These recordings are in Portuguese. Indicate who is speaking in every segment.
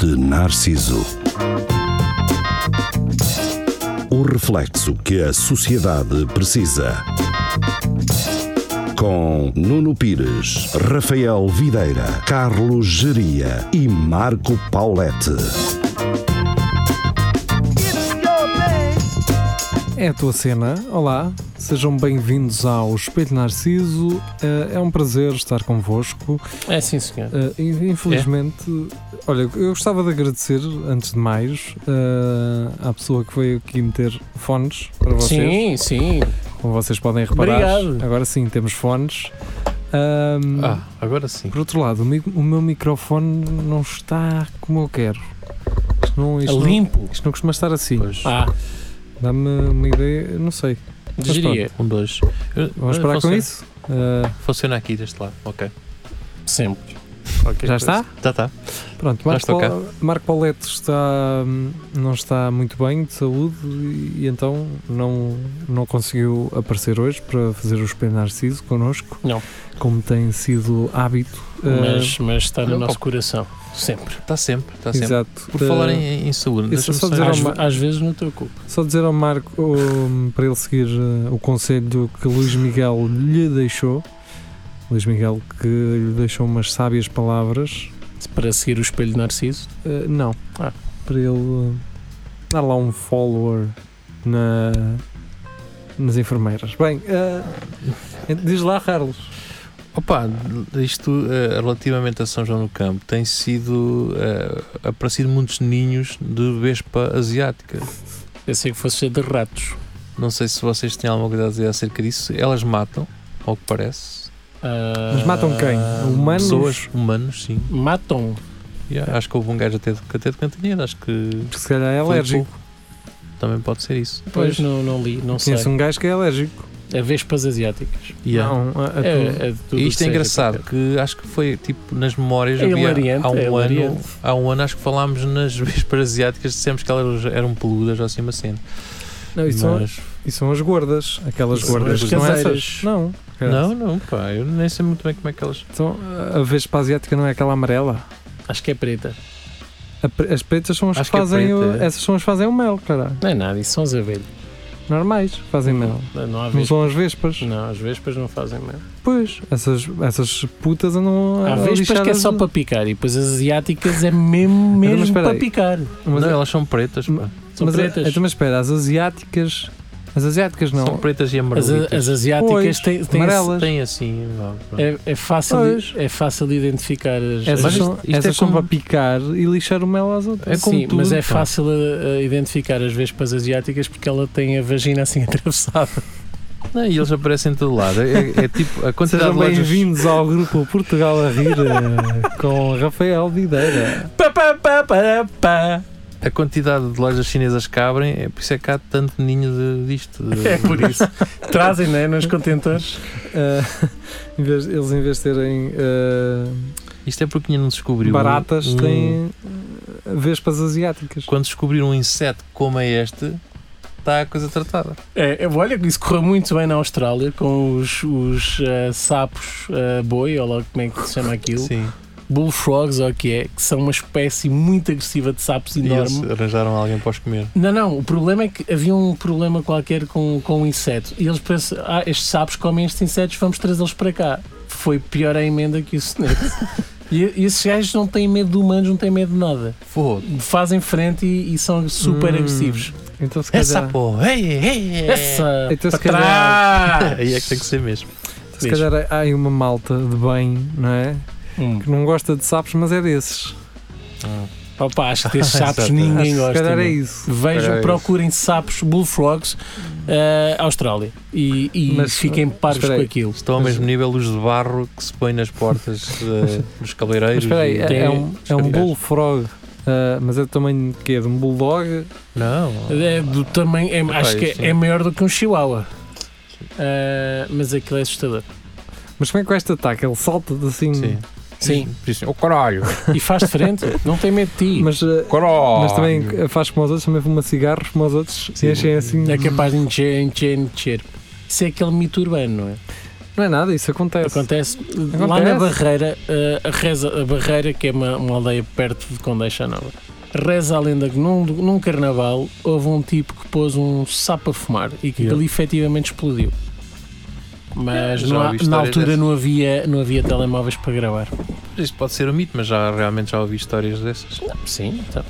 Speaker 1: de Narciso. O reflexo que a sociedade precisa. Com Nuno Pires, Rafael Videira, Carlos Geria e Marco Paulette.
Speaker 2: É a tua cena. Olá, sejam bem-vindos ao Espelho Narciso. Eh, É um prazer estar convosco.
Speaker 3: É sim, senhor.
Speaker 2: Eh, in- Infelizmente, olha, eu gostava de agradecer, antes de mais, eh, à pessoa que veio aqui meter fones para vocês.
Speaker 3: Sim, sim.
Speaker 2: Como vocês podem reparar,
Speaker 3: Obrigado.
Speaker 2: agora sim temos fones. Ahm,
Speaker 3: Ah, agora sim.
Speaker 2: Por outro lado, o mi- o meu microfone não está como eu quero. Isto não, isto
Speaker 3: É
Speaker 2: não-
Speaker 3: limpo.
Speaker 2: isto não costuma estar assim.
Speaker 3: Pois. Ah,
Speaker 2: Dá-me uma ideia, não sei.
Speaker 3: digeria. Um, dois. Eu-
Speaker 2: Vamos parar
Speaker 3: funciona-
Speaker 2: com isso? Ah,
Speaker 3: Funciona aqui deste lado. Ok. Sempre.
Speaker 2: já está?
Speaker 4: Tá,
Speaker 3: Já está.
Speaker 2: Pronto,
Speaker 3: é Já
Speaker 2: Marco,
Speaker 3: estou cá.
Speaker 2: Paul- Marco Pauleto está, hum, não está muito bem de saúde e, e então não, não conseguiu aparecer hoje para fazer o espelho Narciso connosco.
Speaker 3: Não.
Speaker 2: Como tem sido hábito. ah,
Speaker 3: Mas, mas está no não, nosso pá. coração. Sempre.
Speaker 4: Está Tá sempre, está sempre.
Speaker 2: exato.
Speaker 4: Por
Speaker 2: Ah,
Speaker 4: falar em, em saúde,
Speaker 2: isso é
Speaker 4: deixa-me
Speaker 2: só
Speaker 4: só
Speaker 2: dizer ao
Speaker 3: Às,
Speaker 2: Mar-
Speaker 3: às vezes não te ocupa.
Speaker 2: Só dizer ao Marco hum, para ele seguir ah, o conselho que Luís Miguel lhe deixou. Luís Miguel que lhe deixou umas sábias palavras
Speaker 3: Para seguir o espelho de Narciso.
Speaker 2: Uh, não.
Speaker 3: Ah.
Speaker 2: Para ele uh, dar lá um follower na, nas enfermeiras. Bem, uh, diz lá, Carlos.
Speaker 4: Opa, isto eh, relativamente a São João no Campo tem sido eh, aparecido muitos ninhos de vespa asiática.
Speaker 3: Pensei que fosse de ratos.
Speaker 4: Não sei se vocês têm alguma coisa a dizer acerca disso. Elas matam, ao que parece.
Speaker 3: Ah,
Speaker 2: Mas matam quem? Humanos?
Speaker 4: Pessoas, humanos, sim.
Speaker 3: Matam.
Speaker 4: Yeah, Acho que houve um gajo até de, até de cantinheiro, acho que
Speaker 2: Porque se calhar é
Speaker 4: foi
Speaker 2: alérgico.
Speaker 4: pouco. Também pode ser isso.
Speaker 3: Pois, não, não li, não sei.
Speaker 2: Conheço um gajo que é alérgico.
Speaker 3: A vespas asiáticas.
Speaker 4: Yeah.
Speaker 2: Não, a, a tu-
Speaker 3: É, é de tudo
Speaker 4: E
Speaker 3: que
Speaker 4: isto é
Speaker 3: seja
Speaker 4: engraçado,
Speaker 3: qualquer-
Speaker 4: que acho que foi tipo nas memórias.
Speaker 3: É
Speaker 4: havia-
Speaker 3: hilariante,
Speaker 4: há um
Speaker 3: é
Speaker 4: ano,
Speaker 3: hilariante.
Speaker 4: há um ano acho que falámos nas vespas asiáticas, dissemos que elas eram peludas ou assim uma cena.
Speaker 3: é,
Speaker 2: não, isso, são,
Speaker 4: Mas-
Speaker 2: isso são as gordas. Aquelas
Speaker 3: São
Speaker 2: gordas.
Speaker 3: as
Speaker 2: Não é
Speaker 3: caseiras.
Speaker 2: essas. Não.
Speaker 4: Não, não, pá, eu nem sei muito bem como é que elas.
Speaker 2: Então, a vespa asiática não é aquela amarela?
Speaker 3: Acho que é preta.
Speaker 2: A pre- As pretas são as que
Speaker 4: Acho que é
Speaker 2: fazem. o-
Speaker 4: preta, é.
Speaker 2: Essas são as que fazem o mel, caralho.
Speaker 3: Não é nada, isso são as abelhas.
Speaker 2: Normais, fazem mel.
Speaker 3: Não há
Speaker 2: Não
Speaker 3: vespas.
Speaker 2: são as vespas.
Speaker 3: Não, as vespas não fazem mesmo.
Speaker 2: Pois, essas, essas putas andam a
Speaker 3: Há vespas que é
Speaker 2: lixadas
Speaker 3: só
Speaker 2: de-
Speaker 3: para picar e depois as asiáticas é mesmo,
Speaker 2: Mas,
Speaker 3: mesmo
Speaker 2: espera
Speaker 3: para
Speaker 2: aí.
Speaker 3: picar.
Speaker 2: Mas, é-
Speaker 4: não, elas são pretas, pá.
Speaker 3: São
Speaker 2: mas,
Speaker 3: pretas.
Speaker 2: Então, mas espera, as asiáticas. As asiáticas não.
Speaker 4: São pretas e
Speaker 3: as,
Speaker 4: amarelas.
Speaker 3: as asiáticas
Speaker 2: Pois,
Speaker 3: têm. têm
Speaker 2: amarela.
Speaker 4: Tem assim. vá, pronto.
Speaker 3: é, é fácil
Speaker 2: Pois.
Speaker 3: de, é fácil de identificar as.
Speaker 2: essas
Speaker 3: as-
Speaker 2: são,
Speaker 4: isto- isto é
Speaker 2: essas são
Speaker 4: como-
Speaker 2: para picar e lixar o mel às outras.
Speaker 4: é como
Speaker 3: Sim, mas
Speaker 4: tudo,
Speaker 3: é
Speaker 4: pá.
Speaker 3: fácil a, a identificar as vespas asiáticas porque ela tem a vagina assim atravessada.
Speaker 4: Não, e eles aparecem de todo lado. É, é tipo a quantidade
Speaker 2: Sejam
Speaker 4: de lojas.
Speaker 2: bem-vindos ao grupo Portugal a Rir eh, com Rafael Videira.
Speaker 3: Pá, pá, pá, pá, pá.
Speaker 4: A quantidade de lojas chinesas que abrem, é por isso é que há tanto ninho de, disto. de-
Speaker 3: É por isso. Trazem, né? Nos contentores.
Speaker 2: Eh, em vez- eles em vez de terem eh,
Speaker 4: Isto é porque ainda não descobriu.
Speaker 2: baratas,
Speaker 4: um-
Speaker 2: têm eh, vespas asiáticas.
Speaker 4: quando descobrir um inseto como é este, está a coisa tratada.
Speaker 3: É, é, olha, isso correu muito bem na Austrália com os, os eh, sapos eh, boi, ou lá como é que se chama aquilo.
Speaker 4: Sim.
Speaker 3: bullfrogs, ou o que é, que são uma espécie muito agressiva de sapos
Speaker 4: E eles
Speaker 3: enorme.
Speaker 4: arranjaram alguém para os comer.
Speaker 3: Não, não, o problema é que havia um problema qualquer com, com o inseto. E eles pensam, ah, estes sapos comem estes insetos, vamos trazê-los para cá. Foi pior a emenda que o Snake. e, e esses gajos não têm medo de humanos, não têm medo de nada.
Speaker 4: Fogo.
Speaker 3: Fazem frente e, e são super
Speaker 2: Hum.
Speaker 3: agressivos.
Speaker 2: Então, se
Speaker 4: Essa
Speaker 2: calhar,
Speaker 4: porra! Ei, ei, ei.
Speaker 3: Essa.
Speaker 2: Então, se
Speaker 3: para
Speaker 2: calhar-
Speaker 3: trás!
Speaker 4: Aí é que tem que ser mesmo.
Speaker 2: se calhar há aí uma malta de bem, não é?
Speaker 3: Hum.
Speaker 2: que não gosta de sapos, mas é desses.
Speaker 4: Ah,
Speaker 3: Opa, acho que destes sapos ninguém
Speaker 2: Acho que se
Speaker 3: gosta.
Speaker 2: calhar é
Speaker 3: meu.
Speaker 2: isso.
Speaker 3: Vejam,
Speaker 4: Espera aí.
Speaker 3: procurem sapos, bullfrogs, eh, Austrália. E, e
Speaker 2: Mas-
Speaker 3: fiquem parvos
Speaker 2: espera
Speaker 3: com
Speaker 2: aí.
Speaker 3: aquilo.
Speaker 4: Estão ao mesmo nível os de barro que se põem nas portas eh, dos
Speaker 2: Mas
Speaker 4: cabeleireiros.
Speaker 2: espera aí,
Speaker 4: e-
Speaker 2: é, é um, é um bullfrog, ah, mas é do tamanho de quê? De um bulldog?
Speaker 4: Não.
Speaker 3: É do tamanho, é-
Speaker 4: Epá,
Speaker 3: acho que
Speaker 4: isso-
Speaker 3: é, é maior do que um chihuahua. Eh, mas aquilo é assustador.
Speaker 2: Mas como é que com este ataque? Ele salta de assim.
Speaker 4: Sim.
Speaker 3: Sim,
Speaker 4: Dizem, oh caralho,
Speaker 3: e faz de frente, não tem medo de ti.
Speaker 2: Mas, ah,
Speaker 4: caralho.
Speaker 2: mas também faz como os outros, também fuma cigarros como os outros
Speaker 4: Sim.
Speaker 2: e enchem assim.
Speaker 3: É capaz de encher, encher, encher. Isso é aquele mito urbano, não é?
Speaker 2: Não é nada, isso acontece.
Speaker 3: Acontece, lá
Speaker 2: Acontece.
Speaker 3: na Barreira, eh, a, reza, a Barreira, que é uma, uma aldeia perto de Condeixa Nova, reza a lenda que num, num carnaval houve um tipo que pôs um sapo a fumar e que
Speaker 2: Yeah.
Speaker 3: aquilo efetivamente explodiu. Mas
Speaker 4: Já
Speaker 3: não há-
Speaker 4: ouvi
Speaker 3: na
Speaker 4: histórias
Speaker 3: altura
Speaker 4: dessas.
Speaker 3: não havia, não havia telemóveis para gravar.
Speaker 4: Isto pode ser um mito, mas já realmente já ouvi histórias dessas.
Speaker 3: Sim, então,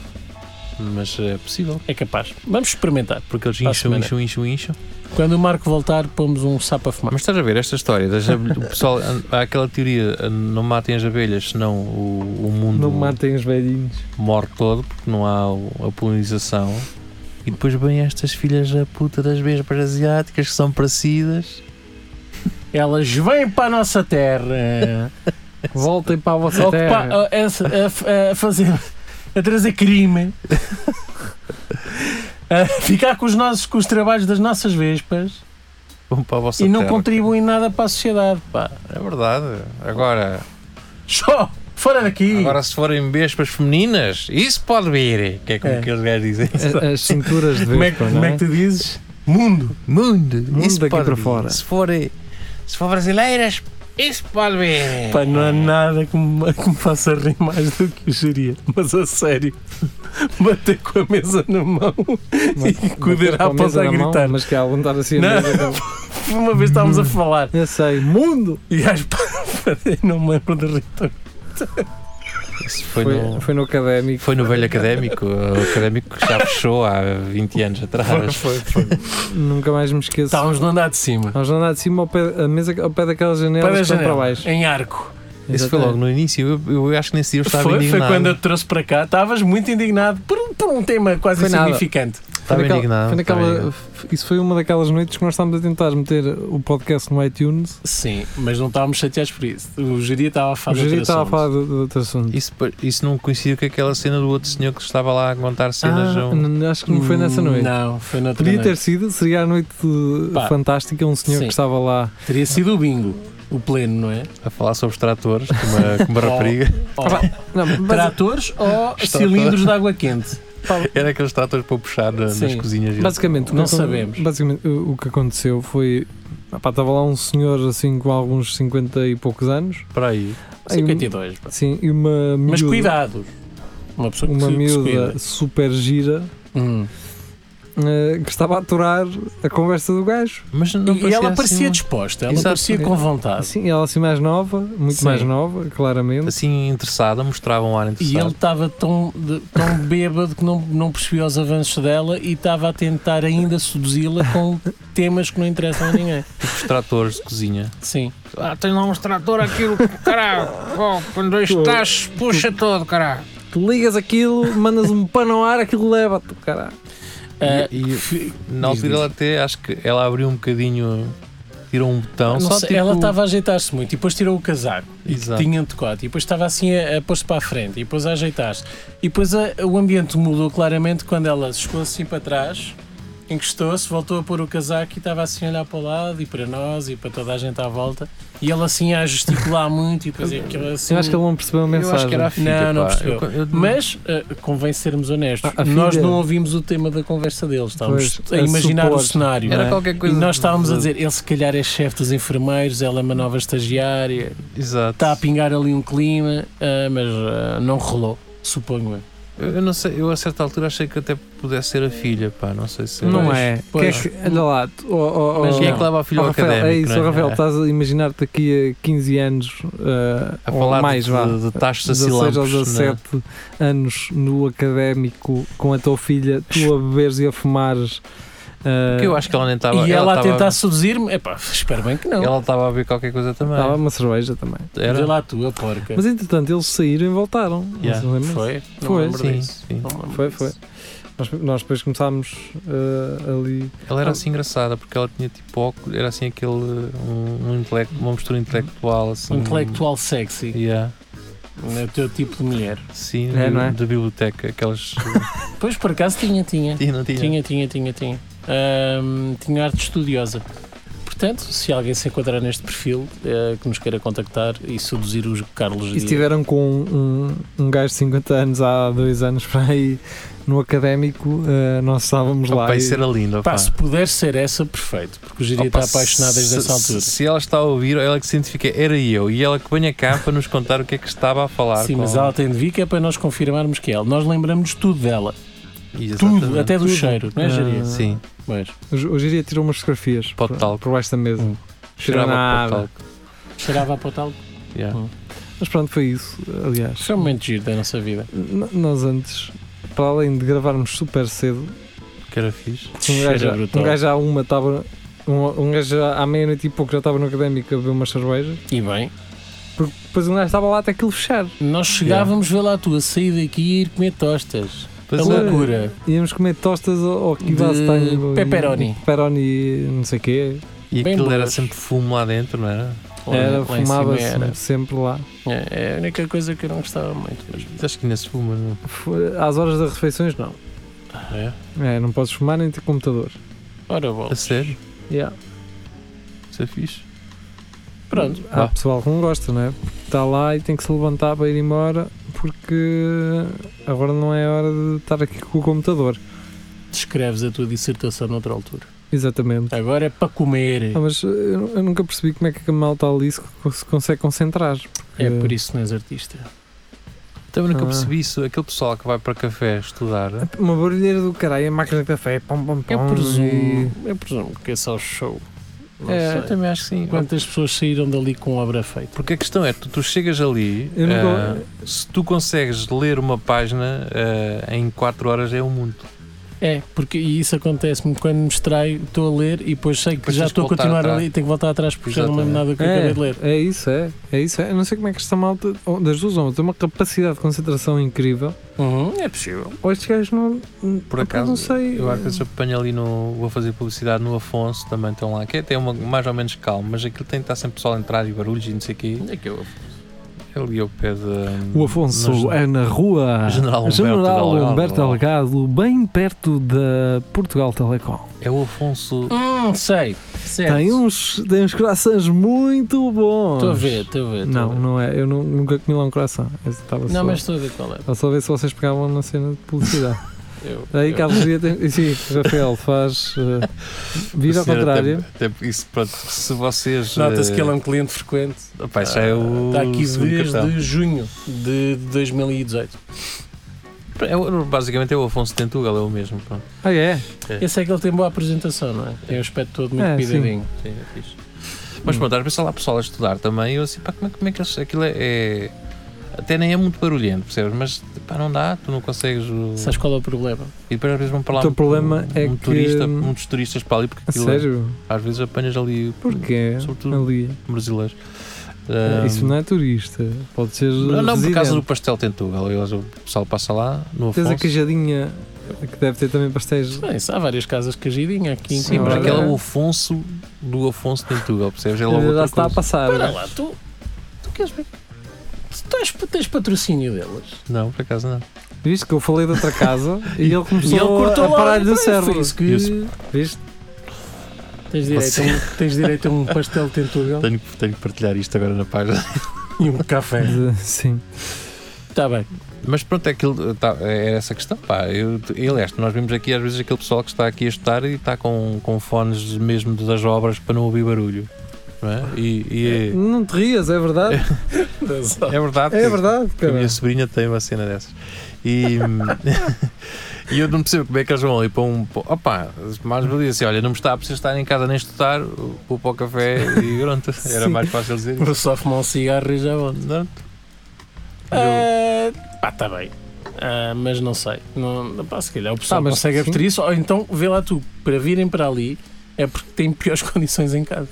Speaker 4: Mas é possível.
Speaker 3: é capaz. Vamos experimentar.
Speaker 4: Porque eles
Speaker 3: Para a
Speaker 4: incham,
Speaker 3: semana.
Speaker 2: né?
Speaker 4: incham, incham, incham.
Speaker 3: Quando o Marco voltar, pomos um sapo a fumar.
Speaker 4: Mas estás a ver esta história? Das, o pessoal, há aquela teoria: eh, não matem as abelhas, senão o, o mundo
Speaker 2: Não matem os velhinhos.
Speaker 4: morre todo, porque não há o- a polinização. E depois vêm estas filhas da puta das vespas asiáticas que são parecidas.
Speaker 3: Elas vêm para a nossa terra.
Speaker 2: Voltem para a vossa terra.
Speaker 3: Ocupa, a, a- a fazer a trazer crime a ficar com os nossos com os trabalhos das nossas vespas
Speaker 4: Vão para a vossa
Speaker 3: e não
Speaker 4: terra.
Speaker 3: contribuem nada para a sociedade pá.
Speaker 4: É verdade. Agora,
Speaker 3: Só, fora daqui
Speaker 4: agora se forem vespas femininas, isso pode vir. Que é como
Speaker 3: É.
Speaker 4: aqueles gajos dizem.
Speaker 2: A- As cinturas de
Speaker 3: como, é, que-
Speaker 2: vespa, não
Speaker 3: como é
Speaker 2: é?
Speaker 3: que tu dizes mundo
Speaker 4: Mundo,
Speaker 2: Mundo
Speaker 4: isso
Speaker 2: daqui
Speaker 4: pode
Speaker 2: para
Speaker 4: vir.
Speaker 2: fora.
Speaker 4: Se for, se for brasileiras, isso pode
Speaker 2: É.
Speaker 4: vir.
Speaker 3: pá, não há nada que me, que me faça rir mais do que o geria mas a sério bater com a mesa na mão
Speaker 2: Mas-
Speaker 3: E com o dedo
Speaker 2: com
Speaker 3: à
Speaker 2: a mesa
Speaker 3: ponta a
Speaker 2: na mão,
Speaker 3: gritar.
Speaker 2: Mas Hum. que há algum estar assim a
Speaker 3: Não.
Speaker 2: mesa.
Speaker 3: uma vez estávamos a falar
Speaker 2: Eu sei, mundo!
Speaker 3: e acho não me lembro de rir tão
Speaker 4: Isso foi,
Speaker 2: Foi,
Speaker 4: no,
Speaker 2: foi no académico.
Speaker 4: foi no velho académico, o académico que já fechou há 20 anos atrás.
Speaker 2: Nunca mais me esqueço.
Speaker 3: Estávamos no andar de cima.
Speaker 2: Nós andar de cima ao pé, a mesa, ao pé daquela janela
Speaker 3: Para
Speaker 2: que
Speaker 3: a
Speaker 2: estão para
Speaker 3: janela,
Speaker 2: baixo.
Speaker 3: em arco.
Speaker 4: Isso foi
Speaker 2: Exatamente.
Speaker 4: logo no início. Eu, eu acho que nesse dia eu estava
Speaker 3: Foi, foi
Speaker 4: indignado.
Speaker 3: quando eu te trouxe para cá. Estavas muito indignado por, um- por um tema quase
Speaker 2: Foi nada.
Speaker 3: insignificante.
Speaker 2: Foi
Speaker 4: Estava
Speaker 2: naquela-
Speaker 4: Tá indignado.
Speaker 2: foi naquela-
Speaker 4: estava indignado.
Speaker 2: f- isso foi uma daquelas noites que nós estávamos a tentar meter o podcast no iTunes.
Speaker 3: Sim, mas não estávamos chateados por isso. O geria estava a
Speaker 2: O
Speaker 3: falar de
Speaker 2: Jerry
Speaker 3: outro
Speaker 2: estava a
Speaker 3: assunto.
Speaker 2: falar de, de outro assunto.
Speaker 4: Isso, pa- isso não coincidiu com aquela cena do outro senhor que estava lá a contar cenas.
Speaker 2: Ah,
Speaker 4: a um-
Speaker 2: n- acho que não foi nessa
Speaker 3: Hum,
Speaker 2: noite.
Speaker 3: Não, foi noutra
Speaker 2: Podia ter
Speaker 3: noite.
Speaker 2: sido, seria a noite de-
Speaker 3: Pá.
Speaker 2: fantástica. Um senhor
Speaker 3: Sim.
Speaker 2: que estava lá.
Speaker 3: Teria sido o bingo, o pleno, não é?
Speaker 4: a falar sobre os tratores, com uma, com uma
Speaker 3: Oh.
Speaker 4: rapariga.
Speaker 3: Ou
Speaker 2: Ah, pá, Não, mas,
Speaker 3: tratores ou
Speaker 4: Está-
Speaker 3: cilindros de água quente.
Speaker 4: Era aqueles tratores para puxar na- nas
Speaker 3: Sim.
Speaker 4: cozinhas. dele.
Speaker 2: basicamente, o que
Speaker 3: Não
Speaker 2: acon-
Speaker 3: sabemos.
Speaker 2: Basicamente, o o que aconteceu foi. ah, pá, estava lá um senhor assim com alguns 50 e poucos anos.
Speaker 4: Para aí.
Speaker 2: Ai,
Speaker 3: um 52. pá.
Speaker 2: Sim, e uma miúda,
Speaker 3: Mas cuidado. Uma pessoa que
Speaker 2: uma
Speaker 3: se, que se cuida.
Speaker 2: miúda super gira
Speaker 3: Hum.
Speaker 2: eh, que estava a aturar a conversa do gajo.
Speaker 4: Mas não
Speaker 3: E ela parecia
Speaker 4: assim,
Speaker 3: disposta, ela
Speaker 4: Exato.
Speaker 3: parecia com vontade.
Speaker 2: Sim, ela assim mais nova, muito
Speaker 3: Sim.
Speaker 2: mais nova, claramente.
Speaker 4: assim interessada, mostrava um ar
Speaker 3: E ele
Speaker 4: interessado.
Speaker 3: estava tão, de- tão bêbado que não, não percebia os avanços dela e estava a tentar ainda seduzi-la com temas que não interessam a ninguém.
Speaker 4: Os tratores de cozinha.
Speaker 3: Sim.
Speaker 5: Ah, tem lá um extrator aquilo, caralho. Oh, com dois tachos, puxa todo, caralho.
Speaker 2: Tu ligas aquilo, mandas um pano ao ar, aquilo leva-te, caralho.
Speaker 3: Ah,
Speaker 4: E- e-
Speaker 3: fi-
Speaker 4: Na
Speaker 3: Diz,
Speaker 4: altura
Speaker 3: diz.
Speaker 4: ela até, acho que ela abriu um bocadinho, tirou um botão.
Speaker 3: não
Speaker 4: só
Speaker 3: sei,
Speaker 4: tipo-
Speaker 3: Ela estava a ajeitar-se muito e depois tirou o casaco.
Speaker 4: Exato.
Speaker 3: Tinha um decote. E depois estava assim a, a pôr-se para a frente e depois a ajeitar-se. E depois a- o ambiente mudou claramente quando ela se chegou assim para trás, encostou-se, voltou a pôr o casaco e estava assim a olhar para o lado e para nós e para toda a gente à volta. E ele assim a gesticular muito e depois aquilo assim.
Speaker 2: Eu acho que ele não percebeu a mensagem.
Speaker 4: Eu acho que era a
Speaker 3: Não,
Speaker 4: filha,
Speaker 3: não
Speaker 4: pá.
Speaker 3: percebeu.
Speaker 4: Eu- eu-
Speaker 3: Mas eh, convém sermos honestos,
Speaker 2: Ah, a
Speaker 3: nós
Speaker 2: filha-
Speaker 3: não ouvimos o tema da conversa deles, estávamos
Speaker 2: Pois,
Speaker 3: a
Speaker 2: a
Speaker 3: imaginar o
Speaker 2: supor.
Speaker 3: cenário.
Speaker 4: era
Speaker 3: não é?
Speaker 4: qualquer
Speaker 3: E
Speaker 4: coisa.
Speaker 3: nós estávamos a
Speaker 4: de-
Speaker 3: dizer, ele se calhar é chefe dos enfermeiros, ela é uma nova estagiária,
Speaker 4: Exato.
Speaker 3: está a pingar ali um clima, ah, mas ah, não rolou, suponho eu.
Speaker 4: Eu, eu não sei, eu a certa altura achei que até pudesse ser a filha, pá. Não sei se.
Speaker 2: Não
Speaker 4: Mas
Speaker 2: é.
Speaker 3: pois.
Speaker 2: Que é que- olha lá, tu- oh, oh, oh,
Speaker 3: Mas
Speaker 4: Quem é
Speaker 3: não.
Speaker 4: que leva a filha
Speaker 2: oh,
Speaker 4: ao
Speaker 2: Rafael,
Speaker 4: académico?
Speaker 2: é isso,
Speaker 4: não
Speaker 2: Rafael, estás a imaginar-te aqui a 15 anos eh,
Speaker 4: A
Speaker 2: ou
Speaker 4: falar
Speaker 2: mais,
Speaker 4: de,
Speaker 2: vá.
Speaker 4: de, de taxas
Speaker 2: 16
Speaker 4: assilampos,
Speaker 2: aos
Speaker 4: né?
Speaker 2: 17 anos no académico com a tua filha, tu a beberes e a fumares. eh,
Speaker 4: Porque eu acho que ela nem estava.
Speaker 3: e ela, a
Speaker 4: estava-
Speaker 3: tentar seduzir-me, epá, espero bem que não.
Speaker 4: Ela estava a ver qualquer coisa também.
Speaker 2: Estava uma cerveja também.
Speaker 3: Era
Speaker 4: Era?
Speaker 3: lá a tua porca.
Speaker 2: Mas entretanto eles saíram e voltaram.
Speaker 4: Yeah,
Speaker 2: Não se lembra?
Speaker 3: foi? Não
Speaker 2: Foi,
Speaker 3: lembro
Speaker 4: sim,
Speaker 3: disso.
Speaker 4: sim.
Speaker 3: Não lembro
Speaker 2: Foi,
Speaker 3: disso.
Speaker 2: foi. Nós, nós depois começámos eh, ali.
Speaker 4: Ela era assim engraçada porque ela tinha tipo óculos, era assim aquele. Um, um intelecto, uma mistura intelectual assim.
Speaker 3: Um intelectual sexy,
Speaker 4: Yeah.
Speaker 3: é o teu tipo de mulher.
Speaker 4: Sim,
Speaker 2: É,
Speaker 4: de-
Speaker 2: não é?
Speaker 4: da biblioteca, aquelas.
Speaker 3: Pois por acaso tinha, tinha.
Speaker 4: tinha, não
Speaker 3: Tinha, tinha, tinha, tinha. Ahm, tinha arte estudiosa. Portanto, se alguém se enquadrar neste perfil, eh, que nos queira contactar e seduzir o Carlos
Speaker 2: E se tiveram com um, um gajo de 50 anos há dois anos para aí no académico, eh, nós estávamos lá.
Speaker 4: Pá,
Speaker 2: e-
Speaker 4: isso era lindo.
Speaker 3: Pá,
Speaker 4: pá.
Speaker 3: se puder ser essa, perfeito, porque o Giria
Speaker 4: Opa,
Speaker 3: está apaixonado desde
Speaker 4: se-
Speaker 3: essa altura.
Speaker 4: Se, se ela está a ouvir, ela que se identifica, era eu, e ela que venha cá para nos contar o que é que estava a falar.
Speaker 3: Sim,
Speaker 4: com...
Speaker 3: mas ela tem de vir que é para nós confirmarmos que é ela. Nós lembramos tudo dela,
Speaker 4: Exatamente.
Speaker 3: tudo, até do
Speaker 2: Tudo.
Speaker 3: cheiro, não é,
Speaker 2: Ah.
Speaker 3: Giria?
Speaker 4: Sim,
Speaker 3: Mas
Speaker 2: Hoje hoje iria tirar umas fotografias
Speaker 4: Pode
Speaker 2: por,
Speaker 4: tal.
Speaker 2: por baixo da mesa.
Speaker 3: Hum.
Speaker 2: Cheira
Speaker 4: cheirava
Speaker 2: nada.
Speaker 4: a pouco
Speaker 3: cheirava a potal.
Speaker 4: talco. Yeah.
Speaker 2: Mas pronto, foi isso, aliás.
Speaker 3: Isso é um momento giro da nossa vida.
Speaker 2: N- Nós antes, para além de gravarmos super cedo,
Speaker 3: Hum.
Speaker 4: Que era fixe.
Speaker 2: um
Speaker 3: Cheira
Speaker 2: gajo,
Speaker 3: brutal.
Speaker 2: um gajo à uma estava. Um, um gajo já à meia-noite e pouco já estava no académico a beber umas cervejas,
Speaker 3: E bem,
Speaker 2: porque depois um gajo estava lá até aquilo fechar.
Speaker 3: nós chegávamos, vê lá a tua, sair daqui e ir comer tostas.
Speaker 4: Pois
Speaker 3: a
Speaker 4: é.
Speaker 3: loucura.
Speaker 2: Íamos comer tostas ao ao que
Speaker 3: De
Speaker 2: base tem.
Speaker 3: pepperoni.
Speaker 2: Pepperoni e não sei o quê.
Speaker 4: E
Speaker 3: Bem
Speaker 4: aquilo era
Speaker 3: boas.
Speaker 4: sempre fumo lá dentro, não era?
Speaker 2: Era,
Speaker 3: Lá em cima era.
Speaker 2: fumava-se sempre lá.
Speaker 3: É é a única coisa que eu não gostava muito. Mas...
Speaker 4: Mas acho que ainda se fuma, não?
Speaker 2: Foi- Às horas das refeições, não.
Speaker 4: É?
Speaker 2: É, não podes fumar nem ter computador.
Speaker 3: Ora,
Speaker 4: A
Speaker 3: bom.
Speaker 4: sério?
Speaker 2: Yeah.
Speaker 4: Isso é fixe.
Speaker 3: Pronto.
Speaker 2: Há
Speaker 4: Ah.
Speaker 2: pessoal que não gosta, não é? Porque está lá e tem que se levantar para ir embora porque agora não é hora de estar aqui com o computador.
Speaker 3: Descreves a tua dissertação noutra altura.
Speaker 2: Exatamente.
Speaker 3: Agora é para comer.
Speaker 2: Ah, mas eu, nu- eu nunca percebi como é que a malta ali se, co- se consegue concentrar. porque-
Speaker 3: É por isso que não és artista.
Speaker 4: Também nunca
Speaker 2: Ah.
Speaker 4: percebi isso. Aquele pessoal que vai para café estudar,
Speaker 2: Uma barulheira do caralho, a máquina de café, pom pom pom.
Speaker 3: Eu presumo,
Speaker 2: e-
Speaker 3: eu presumo que é só o show. Não
Speaker 4: é, eu
Speaker 3: sei.
Speaker 4: também acho que sim.
Speaker 3: Quantas pessoas saíram dali com obra feita?
Speaker 4: Porque a questão é, tu, tu chegas ali,
Speaker 2: Eu nunca-
Speaker 4: ah, se tu consegues ler uma página ah, em 4 horas é o mundo.
Speaker 3: É, porque e isso acontece-me quando me extrai, estou a ler e depois sei que
Speaker 4: Depois
Speaker 3: já
Speaker 4: tens
Speaker 3: estou a
Speaker 4: que voltar
Speaker 3: continuar
Speaker 4: atrás.
Speaker 3: ali e tenho que voltar atrás porque já não me lembro nada do que eu acabei de ler.
Speaker 2: É, é isso, é. É isso, é. Eu não sei como é que esta malta, ou das duas uma, tem uma capacidade de concentração incrível.
Speaker 3: Uhum, é possível.
Speaker 2: Ou estes gajos não.
Speaker 4: Por
Speaker 2: opa,
Speaker 4: acaso,
Speaker 2: Não sei.
Speaker 4: Eu às vezes apanho ali no. Vou fazer publicidade no Afonso, também estão lá, que é até uma, mais ou menos calmo, mas aquilo tem que estar sempre pessoal a entrar e barulhos e não sei o quê.
Speaker 3: É que eu
Speaker 4: É ali ao pé de. hum,
Speaker 2: O Afonso
Speaker 4: nos-
Speaker 2: é na rua
Speaker 4: General Humberto
Speaker 2: General
Speaker 4: Delgado.
Speaker 2: Humberto Delgado, bem perto da Portugal Telecom.
Speaker 4: É o Afonso.
Speaker 3: Hum, sei.
Speaker 2: Tem um
Speaker 3: Certo.
Speaker 2: uns, tem uns croissants muito bons.
Speaker 3: Estou a ver, estou a ver. estou a
Speaker 2: Não,
Speaker 3: ver.
Speaker 2: não é. Eu nu- nunca comi lá um croissant. Eu estava só,
Speaker 3: Não, mas estou a ver qual é.
Speaker 2: estava só a ver se vocês pegavam na cena de publicidade.
Speaker 3: Eu,
Speaker 2: Daí
Speaker 3: eu-
Speaker 2: Carlos Dias tem. e Sim, Rafael faz. eh, vira
Speaker 4: o
Speaker 2: ao
Speaker 4: senhor
Speaker 2: contrário.
Speaker 4: até- até- isso, pronto, se vocês.
Speaker 3: Nota-se
Speaker 4: eh,
Speaker 3: que ele é um cliente frequente.
Speaker 2: Ah,
Speaker 4: Pá, isso já é o.
Speaker 3: Está tá aqui
Speaker 4: segundo
Speaker 3: desde
Speaker 4: cartão.
Speaker 3: junho de 2018.
Speaker 4: É o- basicamente é o Afonso Tentugal, é o mesmo. Pronto.
Speaker 2: Ah, é?
Speaker 3: Esse é que ele tem boa apresentação, não é? Tem um aspecto todo muito
Speaker 2: É, sim.
Speaker 3: cuidadinho.
Speaker 4: Sim, é fixe. Mas pronto, às vezes há lá pessoal a estudar também. Eu assim, pá, como é, como é que eles. Aquilo é, é- Até nem é muito barulhento, percebes? Mas pá, não dá, tu não consegues. o-
Speaker 3: Sabes qual é o problema?
Speaker 4: E depois às vezes vão para lá.
Speaker 2: O teu
Speaker 4: muito-
Speaker 2: problema é
Speaker 4: um
Speaker 2: que-
Speaker 4: turista- muitos turistas para ali, porque
Speaker 2: A
Speaker 4: aquilo é-
Speaker 2: sério?
Speaker 4: às vezes apanhas ali
Speaker 2: Porquê?
Speaker 4: Sobretudo-
Speaker 2: Ali.
Speaker 4: brasileiros.
Speaker 2: Eh,
Speaker 4: Ah,
Speaker 2: Isso não é turista. Pode ser.
Speaker 4: Não, não, por causa do
Speaker 2: residente.
Speaker 4: pastel Tentugal. eles- O pessoal passa lá no
Speaker 2: Tens
Speaker 4: Afonso.
Speaker 2: a queijadinha que deve ter também pastéis.
Speaker 3: Bem, isso há várias casas de cajidinha aqui em
Speaker 2: Sim,
Speaker 4: Sim, mas
Speaker 2: Olha.
Speaker 3: Coimbra.
Speaker 4: aquele é o Afonso do Afonso Tentugal, percebes? É logo
Speaker 2: Já
Speaker 4: outra
Speaker 2: se está a
Speaker 4: coisa.
Speaker 2: passar.
Speaker 3: Espera lá, tu, tu queres ver? Tu tens, tens patrocínio delas?
Speaker 4: Não, por acaso não.
Speaker 2: Viste que eu falei de outra casa e ele começou a
Speaker 3: lá,
Speaker 2: parar do
Speaker 3: foi
Speaker 2: cérebro.
Speaker 3: isso que-
Speaker 4: Isso.
Speaker 2: Viste?
Speaker 3: Tens direito, a um, tens direito a um pastel de tentugal
Speaker 4: Tenho, que- tenho que partilhar isto agora na página.
Speaker 3: e um café.
Speaker 2: De- Sim.
Speaker 3: Está bem.
Speaker 4: Mas pronto, é, aquilo, tá, é essa questão. Pá. Eu, e, aliás, nós vemos aqui às vezes aquele pessoal que está aqui a estudar e está com, com fones mesmo das obras para não ouvir barulho. Não é? E, e
Speaker 2: Não te rias, é verdade.
Speaker 4: é, é verdade.
Speaker 2: É
Speaker 4: que-
Speaker 2: verdade,
Speaker 4: que a
Speaker 2: cara.
Speaker 4: minha sobrinha tem uma cena dessas. E, e eu não percebo como é que eles vão ali para um. Para, opa, mais valia assim: olha, não me está a precisar estar em casa nem estudar, vou para o café e pronto. Era
Speaker 2: Sim.
Speaker 4: mais fácil dizer isso.
Speaker 3: Vou só fumar um cigarro e já volto.
Speaker 4: Não?
Speaker 3: Ah, pá, está bem. Ah, mas não sei. Não, pá, se calhar o pessoal
Speaker 2: Ah, mas
Speaker 3: consegue
Speaker 2: sim.
Speaker 3: apetir isso. Ou então, vê lá tu, para virem para ali é porque têm piores condições em casa.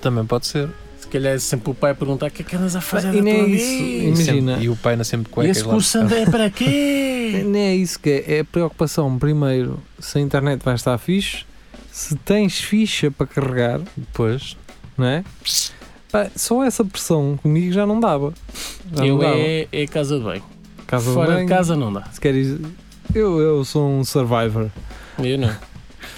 Speaker 4: Também pode ser.
Speaker 3: Se calhar é sempre o pai a perguntar o que é que andas a fazer
Speaker 2: E
Speaker 3: da
Speaker 2: nem
Speaker 3: tua
Speaker 2: é isso.
Speaker 3: vida?"
Speaker 4: E sempre-
Speaker 2: Imagina.
Speaker 4: e o pai na sempre
Speaker 3: E
Speaker 4: cuecas
Speaker 3: esse curso
Speaker 4: lá.
Speaker 3: anda é para quê?
Speaker 2: Nem é isso que é. É a preocupação, primeiro, se a internet vai estar fixe, se tens ficha para carregar,
Speaker 4: Depois,
Speaker 2: não é? Pá, Só essa pressão comigo já não dava. Já não
Speaker 3: Eu
Speaker 2: dava.
Speaker 3: é, é casa de bem.
Speaker 2: Casa
Speaker 3: Fora
Speaker 2: bem,
Speaker 3: de casa não dá.
Speaker 2: Se queres. Eu, eu sou um survivor.
Speaker 3: Eu não.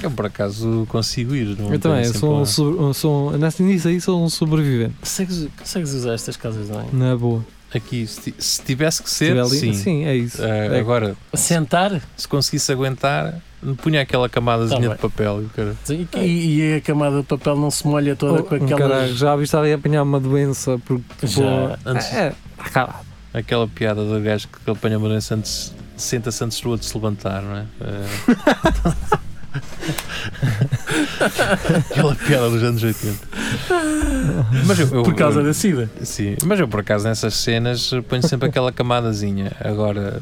Speaker 4: Eu por acaso consigo ir. Não
Speaker 2: Eu também,
Speaker 4: tenho
Speaker 2: eu
Speaker 4: sempre
Speaker 2: sou, um
Speaker 4: lá.
Speaker 2: sobre- um- sou um- nessa- nisso aí sou um sobrevivente,
Speaker 3: Consegues, consegues usar estas casas de banho?
Speaker 2: na boa.
Speaker 4: Aqui, se, ti- se tivesse que
Speaker 2: Se
Speaker 4: ser,
Speaker 2: tiver ali-
Speaker 4: sim.
Speaker 2: é isso.
Speaker 4: Ah,
Speaker 2: É-
Speaker 4: agora,
Speaker 3: Sentar?
Speaker 4: se conseguisse aguentar, me punha aquela camadazinha
Speaker 3: Tá
Speaker 4: de papel. e o cara-
Speaker 3: E, e- e a camada de papel não se molha toda
Speaker 2: Oh,
Speaker 3: com aquela.
Speaker 2: caralho, já a estava a apanhar uma doença porque tipo,
Speaker 3: Já,
Speaker 4: antes-
Speaker 2: é, tá calado.
Speaker 4: Aquela piada do gajo que apanha uma doença antes, senta-se antes do outro se levantar, não é? Eh, Aquela piada dos anos 80. Mas eu, eu-
Speaker 3: Por causa
Speaker 4: eu-
Speaker 3: da sida.
Speaker 4: Sim, mas eu por acaso nessas cenas ponho sempre aquela camadazinha. Agora,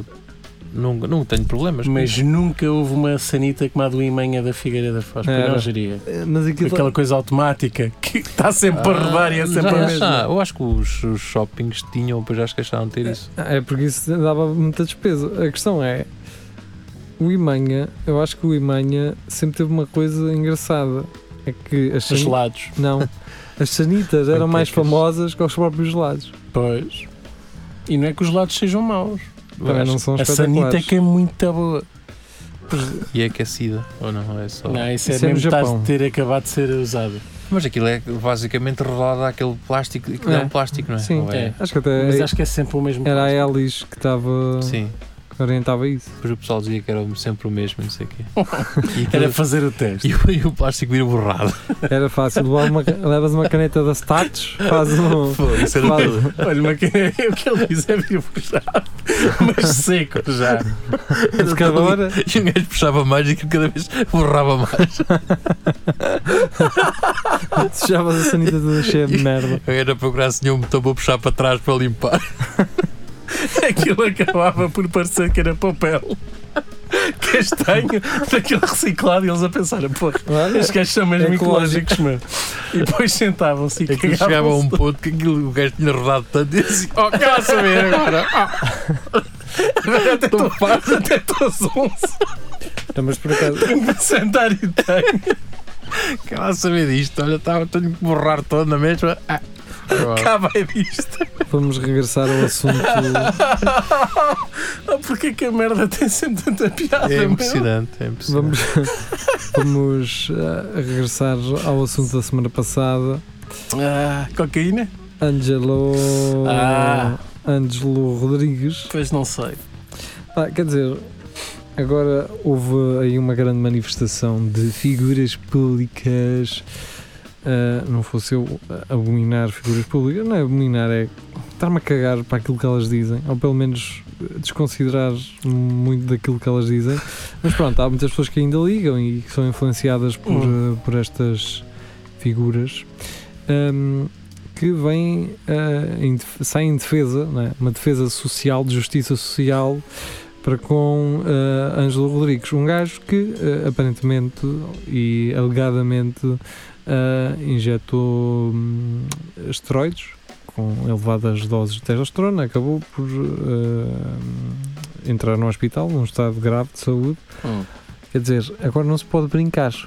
Speaker 4: não, não tenho problemas. com
Speaker 2: é
Speaker 3: Mas
Speaker 4: isso.
Speaker 3: nunca houve uma sanita como a do Imanha da Figueira da Foz. porque
Speaker 2: Era.
Speaker 3: Não geria.
Speaker 2: É, mas aquilo
Speaker 3: Aquela coisa automática que está sempre
Speaker 2: Ah,
Speaker 3: a rodar e é sempre
Speaker 4: Ah, já
Speaker 3: a
Speaker 4: está.
Speaker 3: mesma.
Speaker 4: Eu acho que os, os shoppings tinham, depois acho que deixaram de ter isso.
Speaker 2: é porque isso dava muita despesa. A questão é o Imanha, eu acho que o Imanha sempre teve uma coisa engraçada. É que as,
Speaker 3: Os
Speaker 2: sani-
Speaker 3: lados.
Speaker 2: não, as sanitas eram mais
Speaker 4: Panquecas.
Speaker 2: famosas que os próprios lados.
Speaker 3: Pois. E não é que os lados sejam maus.
Speaker 4: Eu
Speaker 2: Também
Speaker 4: acho.
Speaker 2: não são
Speaker 3: A sanita é
Speaker 2: espetaculares.
Speaker 3: que é muito boa.
Speaker 4: E é aquecida, ou não? É só.
Speaker 3: Não, isso é
Speaker 2: Isso é
Speaker 3: mesmo
Speaker 2: no
Speaker 3: que estás
Speaker 2: Japão.
Speaker 3: de ter acabado de ser usado.
Speaker 4: Mas aquilo é basicamente roda aquele plástico, aquilo é,
Speaker 2: É.
Speaker 4: um plástico, não é?
Speaker 2: Sim.
Speaker 4: Ou é?
Speaker 2: Acho que até
Speaker 3: Mas acho que é sempre o mesmo.
Speaker 2: era a
Speaker 3: caso.
Speaker 2: Elis que estava
Speaker 4: Sim.
Speaker 2: que orientava isso.
Speaker 4: Depois o pessoal dizia que era sempre o mesmo, não sei o quê. E, aquilo-
Speaker 3: Era fazer o teste.
Speaker 4: e o- e o plástico vira borrado.
Speaker 2: Era fácil, levar uma- levas uma caneta da Status, faz um.
Speaker 4: Isso era
Speaker 2: faz-
Speaker 4: tudo.
Speaker 3: Olha, mas que- o que ele diz é vivo já. Mas seco já.
Speaker 2: Escavadora.
Speaker 4: E um gajo puxava mais e aquilo cada vez borrava mais.
Speaker 2: Sujavas a sanita toda cheia de merda.
Speaker 4: Eu era procurar se nenhum botão vou puxar para trás para limpar.
Speaker 3: Aquilo acabava por parecer que era papel. Castanho, daquele reciclado, e eles a pensar, pô,
Speaker 2: Olha,
Speaker 3: estes gajos são
Speaker 4: É
Speaker 3: mesmo
Speaker 2: Ecológico.
Speaker 3: ecológicos, meu. E depois sentavam-se e
Speaker 4: Aquilo chegava a um
Speaker 3: cagavam-se.
Speaker 4: ponto que aquilo, o gajo tinha rodado tanto e assim, oh, quero saber agora. Ah."
Speaker 3: Até tu faz, até tu às 11.
Speaker 2: Não, Então, mas por acaso.
Speaker 3: Tenho de sentar e tenho.
Speaker 4: Quero saber disto. Olha, tá, tenho que borrar todo na mesma. Ah, agora.
Speaker 3: Cá vai disto.
Speaker 2: Vamos regressar ao assunto.
Speaker 3: Ah, Porquê que a merda tem sempre tanta piada?
Speaker 4: É
Speaker 3: meu?
Speaker 4: impressionante, é impressionante.
Speaker 2: Vamos, vamos ah, regressar ao assunto da semana passada.
Speaker 3: Ah, cocaína?
Speaker 2: Angelo.
Speaker 3: Ah.
Speaker 2: Angelo Rodrigues.
Speaker 3: Pois não sei.
Speaker 2: Ah, quer dizer, agora houve aí uma grande manifestação de figuras públicas. Ah, não fosse eu abominar figuras públicas, não é abominar, é estar-me a cagar para aquilo que elas dizem, ou pelo menos eh, desconsiderar muito daquilo que elas dizem. Mas pronto, há muitas pessoas que ainda ligam e que são influenciadas por, eh, por estas figuras ahm, que vêm, ah, em def- saem em defesa, não é? uma defesa social, de justiça social para com ah, Ângelo Rodrigues, um gajo que ah, aparentemente e alegadamente ah, injetou hum, esteroides com elevadas doses de testosterona, acabou por eh, entrar no hospital num estado grave de saúde.
Speaker 3: Hum.
Speaker 2: Quer dizer, agora não se pode brincar. Se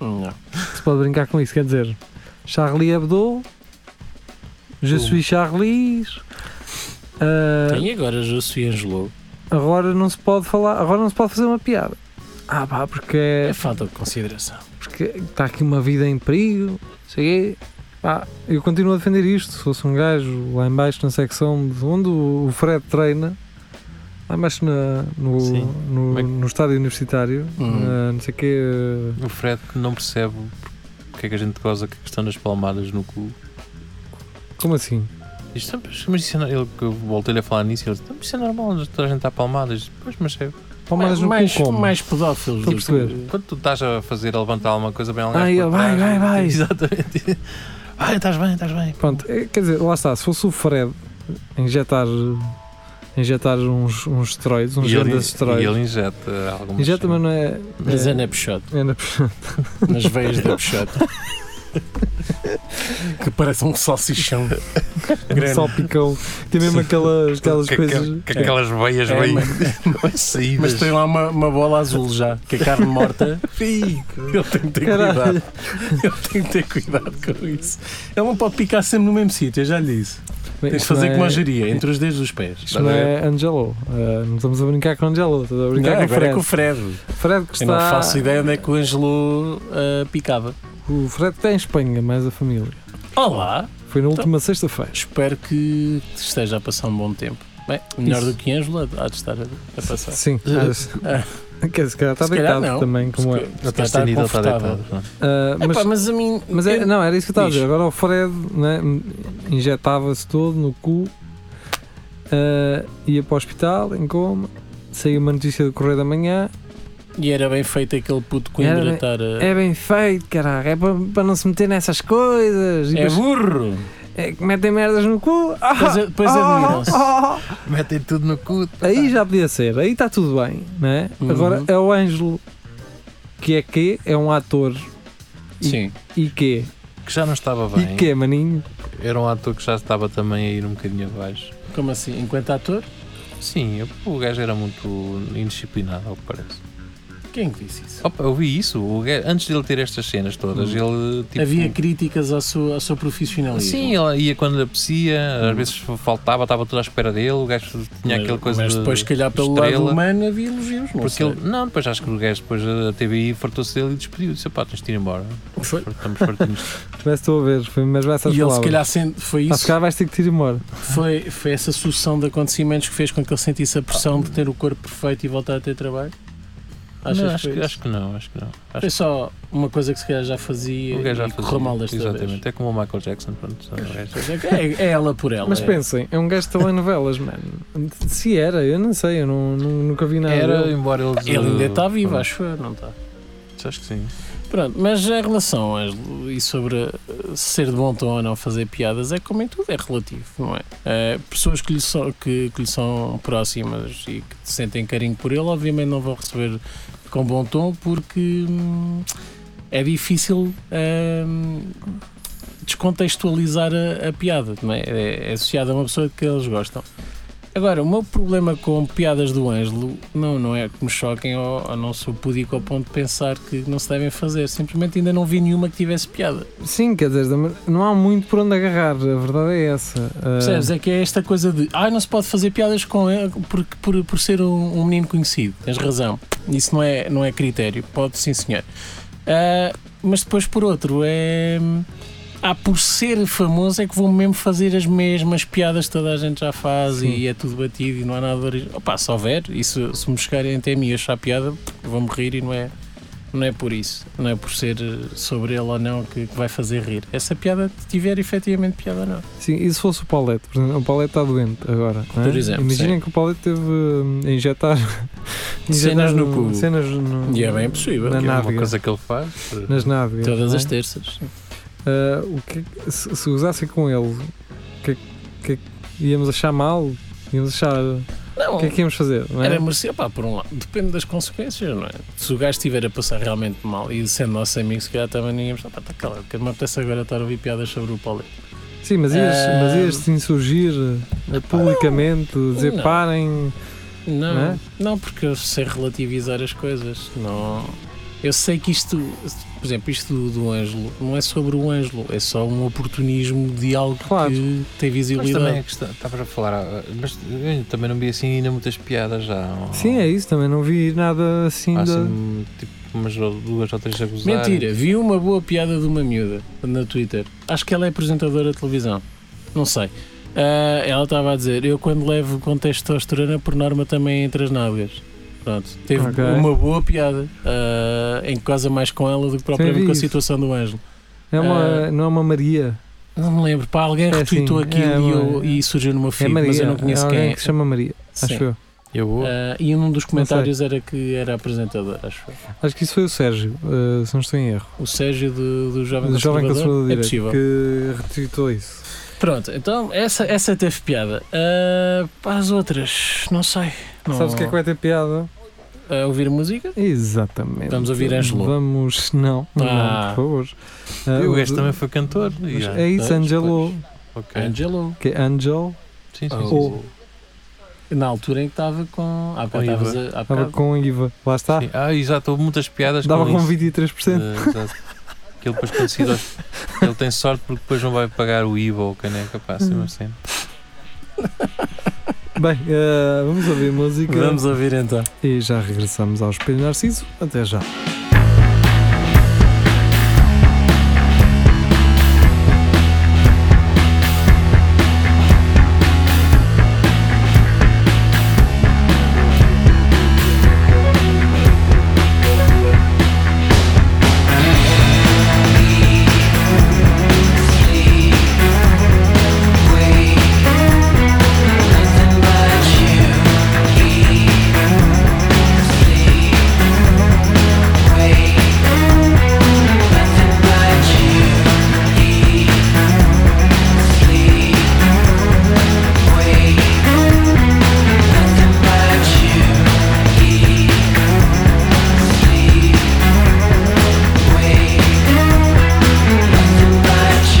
Speaker 3: Não.
Speaker 2: pode brincar com isso, quer dizer, Charlie Hebdo, Je
Speaker 4: Pum.
Speaker 2: suis Charlie. eh,
Speaker 3: E agora já sou Angelou.
Speaker 2: agora não se pode falar, agora não se pode fazer uma piada. Ah pá, porque é-
Speaker 3: É falta de consideração.
Speaker 2: porque está aqui uma vida em perigo, não sei quê. Pá, eu continuo a defender isto. Se fosse um gajo lá em baixo na secção de onde o Fred treina, lá em baixo na- no,
Speaker 4: Sim.
Speaker 2: no,
Speaker 4: Como é que-
Speaker 2: no estádio universitário,
Speaker 3: Uhum.
Speaker 2: na- não sei o quê, eh,
Speaker 4: O Fred que não percebe porque é que a gente goza com a questão das palmadas no cu.
Speaker 2: como assim?
Speaker 4: Isto, mas mas isso é, no- ele, que eu voltei-lhe a falar nisso e ele disse: "Não, Isso é normal, toda a gente dá palmadas. Pois, mas é,
Speaker 2: Palmadas no
Speaker 3: mais,
Speaker 2: cu um como?
Speaker 3: mais pedófilos.
Speaker 2: Estou a perceber.
Speaker 4: quando tu estás a fazer, a levantar alguma coisa bem
Speaker 2: Ah,
Speaker 4: alguém.
Speaker 2: ele, vai, vai, vai.
Speaker 4: Exatamente. Vai, estás bem, estás bem.
Speaker 2: Pronto, eh, quer dizer, lá está, se fosse o Fred a injetar, a injetar uns, uns esteroides, uns
Speaker 4: E ele,
Speaker 2: grandes
Speaker 4: e
Speaker 2: esteroides,
Speaker 4: ele injeta alguma
Speaker 2: Um injeta, mas não é.
Speaker 3: Mas
Speaker 2: é-
Speaker 3: é na Peixoto,
Speaker 2: é na-
Speaker 3: nas veias da Peixoto. que parece um salsichão. Grande.
Speaker 2: salpicão. Tem mesmo aquelas, aquelas
Speaker 4: que,
Speaker 2: coisas.
Speaker 4: Que, que aquelas veias
Speaker 3: É,
Speaker 4: bem,
Speaker 3: mas,
Speaker 4: bem saídas.
Speaker 3: mas tem lá uma, uma bola azul já, que a carne morta. Ele tem que ter
Speaker 2: Caralho.
Speaker 3: cuidado. Ele tem que ter cuidado com isso. Ele não pode picar sempre no mesmo sítio, eu já lhe disse. Tens de
Speaker 2: Isto
Speaker 3: fazer
Speaker 2: não
Speaker 3: com
Speaker 2: é-
Speaker 3: uma geria, entre os dedos dos pés.
Speaker 2: Isto não é Angelo. Ah, não estamos a brincar com Angelo, estamos a
Speaker 3: Não,
Speaker 2: brincar com
Speaker 3: agora
Speaker 2: Fred.
Speaker 3: é com o Fred.
Speaker 2: Fred que
Speaker 3: Eu não
Speaker 2: está-
Speaker 3: faço ideia onde é que o Angelo ah, picava.
Speaker 2: O Fred que está em Espanha, mais a família.
Speaker 3: Olá,
Speaker 2: Foi na
Speaker 3: Então-
Speaker 2: última sexta-feira.
Speaker 3: espero que esteja a passar um bom tempo. Bem, melhor
Speaker 2: Isso.
Speaker 3: do que Ângelo, há de estar a, a passar.
Speaker 2: Sim. Quer dizer, se calhar está
Speaker 3: Ah. Se calhar
Speaker 2: deitado
Speaker 3: não.
Speaker 2: também, como é.
Speaker 3: Se
Speaker 4: Já
Speaker 3: calhar
Speaker 4: está
Speaker 3: está
Speaker 4: estendido ou está
Speaker 3: confortável.
Speaker 4: deitado. pronto.
Speaker 2: Ah,
Speaker 3: Epá,
Speaker 2: mas
Speaker 3: mas, a mim.
Speaker 2: mas é-
Speaker 3: eu-
Speaker 2: não, era isso que eu estava a
Speaker 3: Diz.
Speaker 2: dizer. Agora o Fred né, injetava-se todo no cu, ah, ia para o hospital, em coma, saiu uma notícia do Correio da Manhã.
Speaker 3: E era bem feito aquele puto
Speaker 2: Era
Speaker 3: Coimbra
Speaker 2: bem-
Speaker 3: estar a.
Speaker 2: É bem feito, caralho, é para, para não se meter nessas coisas. E
Speaker 3: É
Speaker 2: depois,
Speaker 3: burro!
Speaker 2: é que metem merdas no cu. Ah,
Speaker 3: Depois, depois
Speaker 2: ah,
Speaker 3: admiram-se.
Speaker 2: ah,
Speaker 4: Metem tudo no cu.
Speaker 2: ah. Aí já podia ser, aí está tudo bem, né?
Speaker 3: Uhum.
Speaker 2: Agora é o Ângelo, que é que é um ator
Speaker 3: Sim.
Speaker 2: e que
Speaker 4: Que já não estava
Speaker 2: e
Speaker 4: bem.
Speaker 2: que maninho.
Speaker 4: Era um ator que já estava também a ir um bocadinho abaixo.
Speaker 2: ah.
Speaker 3: Como assim? Enquanto ator?
Speaker 4: Sim, eu- o gajo era muito indisciplinado, ao que parece.
Speaker 3: Quem é que disse isso?
Speaker 4: Opa, eu vi isso. o gajo- antes dele ter estas cenas todas, ele tipo.
Speaker 3: Hum. Havia
Speaker 2: um-
Speaker 3: críticas ao seu, ao seu profissionalismo.
Speaker 4: Sim, ele ia quando lhe apetecia, às vezes faltava, estava tudo à espera dele, o gajo tinha aquela coisa
Speaker 3: Hum. Mas
Speaker 4: de-
Speaker 3: depois, se calhar, pelo lado
Speaker 4: estrela.
Speaker 3: humano, havia elogios, não
Speaker 4: Porque
Speaker 3: sei.
Speaker 4: ele, não, depois acho que o gajo depois a TVI fartou-se dele e despediu. Disse, pá, tens de ir embora.
Speaker 3: Foi.
Speaker 4: Estamos partindo.
Speaker 2: Parece que estou a ver, foi mesmo essas
Speaker 3: E ele, se
Speaker 2: palavras.
Speaker 3: calhar, sente- foi
Speaker 2: Ah, se
Speaker 3: isso.
Speaker 2: calhar vais ter que te ir embora.
Speaker 3: Foi, foi essa sucessão de acontecimentos que fez com que ele sentisse a pressão de ter o corpo perfeito e voltar a ter trabalho? Achas
Speaker 4: Não,
Speaker 3: que
Speaker 4: acho,
Speaker 3: foi
Speaker 4: que,
Speaker 3: isso?
Speaker 4: acho que não, acho que não. Acho
Speaker 3: Foi só uma coisa que se calhar já fazia
Speaker 4: O gajo já
Speaker 3: e
Speaker 4: fazia.
Speaker 3: correu mal desta
Speaker 4: Exatamente.
Speaker 3: vez.
Speaker 4: É como o Michael Jackson, pronto. só o gajo.
Speaker 3: Pois é que É, é ela por ela.
Speaker 2: Mas
Speaker 3: é.
Speaker 2: pensem, é um gajo de telenovelas, mano. Se era, eu não sei, eu não, nu- nunca vi nada.
Speaker 4: Era,
Speaker 2: dele.
Speaker 4: embora ele.
Speaker 3: Ele ainda
Speaker 4: Uhum.
Speaker 3: está vivo, acho eu, não está?
Speaker 4: Acho que sim.
Speaker 3: Pronto, mas em relação, Ângelo, e sobre eh, ser de bom tom ou não fazer piadas, é como em tudo, é relativo, não é? Eh, pessoas que lhe, são, que, que lhe são próximas e que sentem carinho por ele, obviamente não vão receber com bom tom, porque hum, é difícil hum, descontextualizar a, a piada, não é? É, é associada a uma pessoa que eles gostam. Agora, o meu problema com piadas do Ângelo não, não é que me choquem ou, ou não sou pudico ao ponto de pensar que não se devem fazer. Simplesmente ainda não vi nenhuma que tivesse piada.
Speaker 2: Sim, quer dizer, não há muito por onde agarrar, a verdade é essa. Ah,
Speaker 3: Percebes? É que é esta coisa de ah, não se pode fazer piadas com ele por, por, por ser um, um menino conhecido. Tens razão. Isso não é, não é critério. Pode, sim, senhor. Ah, mas depois, por outro, é. Ah, por ser famoso é que vão mesmo fazer as mesmas piadas que toda a gente já faz
Speaker 2: Sim.
Speaker 3: e é tudo batido e não há nada de original. Opa, se houver, e se, se me chegarem até a mim e eu achar piada, eu vou-me rir e não é, não é por isso. Não é por ser eh, sobre ele ou não que, que vai fazer rir. Essa piada tiver efetivamente piada ou não.
Speaker 2: Sim, e se fosse o Paulette? Por exemplo, o Paulette está doente agora. não é?
Speaker 3: Por exemplo,
Speaker 2: Imaginem que o Paulette teve hum, a injetar
Speaker 3: Cenas
Speaker 2: injetar
Speaker 3: no cu.
Speaker 2: Cenas no,
Speaker 3: E é bem possível.
Speaker 2: Na
Speaker 4: Que é uma
Speaker 2: nádega.
Speaker 4: coisa que ele faz.
Speaker 2: Nas nádegas.
Speaker 3: Todas
Speaker 2: não é?
Speaker 3: as terças.
Speaker 2: Ah, o que, se, se usassem com ele, o que, que íamos achar mal? Íamos achar.
Speaker 3: Não,
Speaker 2: O que é que íamos fazer? não é?
Speaker 3: Era merecido, pá, por um lado. Depende das consequências, não é? Se o gajo estiver a passar realmente mal e sendo nosso amigo, se calhar também ninguém está, pá, está calado, que me apetece agora estar a ouvir piadas sobre o Paulo.
Speaker 2: Sim, mas ias,
Speaker 3: Ah,
Speaker 2: mas ias te insurgir eh, publicamente, dizer
Speaker 3: não.
Speaker 2: parem.
Speaker 3: Não,
Speaker 2: Não é?
Speaker 3: não, porque eu sei relativizar as coisas. Não, eu sei que isto, por exemplo, isto do, do Ângelo, não é sobre o Ângelo, é só um oportunismo de algo
Speaker 2: Claro.
Speaker 3: que tem
Speaker 4: Mas também a
Speaker 3: visibilidade.
Speaker 4: questão, estava a falar, ah, mas eu também não vi assim ainda muitas piadas já.
Speaker 2: Sim, é isso, também não vi nada assim.
Speaker 4: Há
Speaker 3: Ah,
Speaker 2: da-
Speaker 4: assim, tipo umas ou- duas ou três a gozar.
Speaker 3: Mentira, vi uma boa piada de uma miúda na Twitter. Acho que ela é apresentadora de televisão. Não sei. Ah, ela estava a dizer: Eu, quando levo com testosterona, por norma também entre as nádegas. Pronto, teve
Speaker 2: Ok.
Speaker 3: uma boa piada. ah, em casa mais com ela do que propriamente
Speaker 2: vi
Speaker 3: com a
Speaker 2: isso.
Speaker 3: situação do Ângelo.
Speaker 2: É uma,
Speaker 3: Ah.
Speaker 2: não é uma Maria.
Speaker 3: Não me lembro, pá, alguém
Speaker 2: É assim,
Speaker 3: retweetou
Speaker 2: é,
Speaker 3: aquilo e, eu-
Speaker 2: é.
Speaker 3: e surgiu no meu
Speaker 2: é
Speaker 3: feed,
Speaker 2: Maria.
Speaker 3: mas eu não conheço
Speaker 2: é
Speaker 3: quem
Speaker 2: alguém
Speaker 3: é.
Speaker 2: que se chama Maria,
Speaker 3: Sim.
Speaker 2: acho eu.
Speaker 4: Eu vou.
Speaker 3: Ah, e num dos comentários era que era apresentador, acho eu.
Speaker 2: Acho que isso foi o Sérgio, eh, se não estou em erro.
Speaker 3: O Sérgio do, do Jovem
Speaker 2: O jovem
Speaker 3: Conservador.
Speaker 2: conservador
Speaker 3: É
Speaker 2: direito
Speaker 3: possível.
Speaker 2: que retweetou isso.
Speaker 3: Pronto, então essa, essa teve piada. Ah, para as outras, não sei. Não-
Speaker 2: Sabes o que é que vai ter piada?
Speaker 3: Ah, ouvir música?
Speaker 2: Exatamente.
Speaker 3: Vamos ouvir Ângelo.
Speaker 2: Vamos, não,
Speaker 3: Ah.
Speaker 2: não, por favor. Ah,
Speaker 4: E o gajo também foi cantor. e já. tá,
Speaker 2: É isso,
Speaker 3: Pois,
Speaker 2: Angelo.
Speaker 4: Ok.
Speaker 3: Angelo. Oh.
Speaker 2: Que é Angel.
Speaker 4: Sim, sim, sim,
Speaker 3: Ou-
Speaker 4: sim.
Speaker 3: Na altura em que estava com. Há bocado
Speaker 4: Com
Speaker 3: estavas a- há
Speaker 2: Estava
Speaker 3: bocado.
Speaker 2: com IVA. Lá está.
Speaker 4: Sim. Ah, exato, houve muitas piadas.
Speaker 2: Dava
Speaker 4: com
Speaker 2: com
Speaker 4: isso.
Speaker 2: 23%.
Speaker 4: Eh, exato. Que
Speaker 2: Hum.
Speaker 4: ele depois quando se ir aos- Ele tem sorte porque depois não vai pagar o IVA ou o caneca, pá, assim, mas sim.
Speaker 2: Bem, eh, vamos ouvir música
Speaker 3: Vamos ouvir então.
Speaker 2: e já regressamos ao Espelho Narciso. Até já.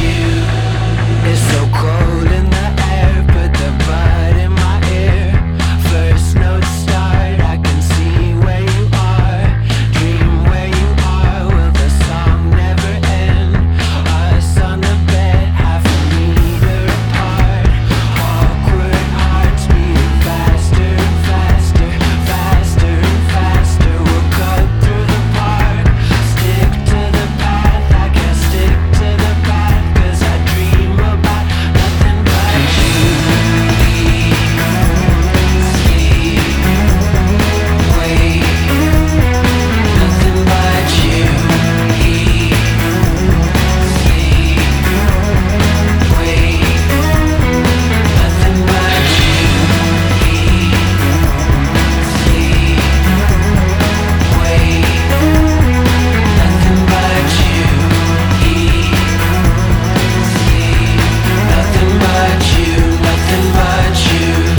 Speaker 6: It's so cold in the air, put the bud in my ear. First note start, I can see where you are. Dream where you are, will the song never end? Us on the bed, half a meter apart. Awkward hearts beating faster and faster, faster and faster. We'll cut through the park, stick to the path. I can't stick to the path, 'cause I dream about nothing but you. Sleep, wait, nothing but you. Sleep, wait, nothing but you. Sleep, wait, nothing but you. Nothing but you, nothing but you.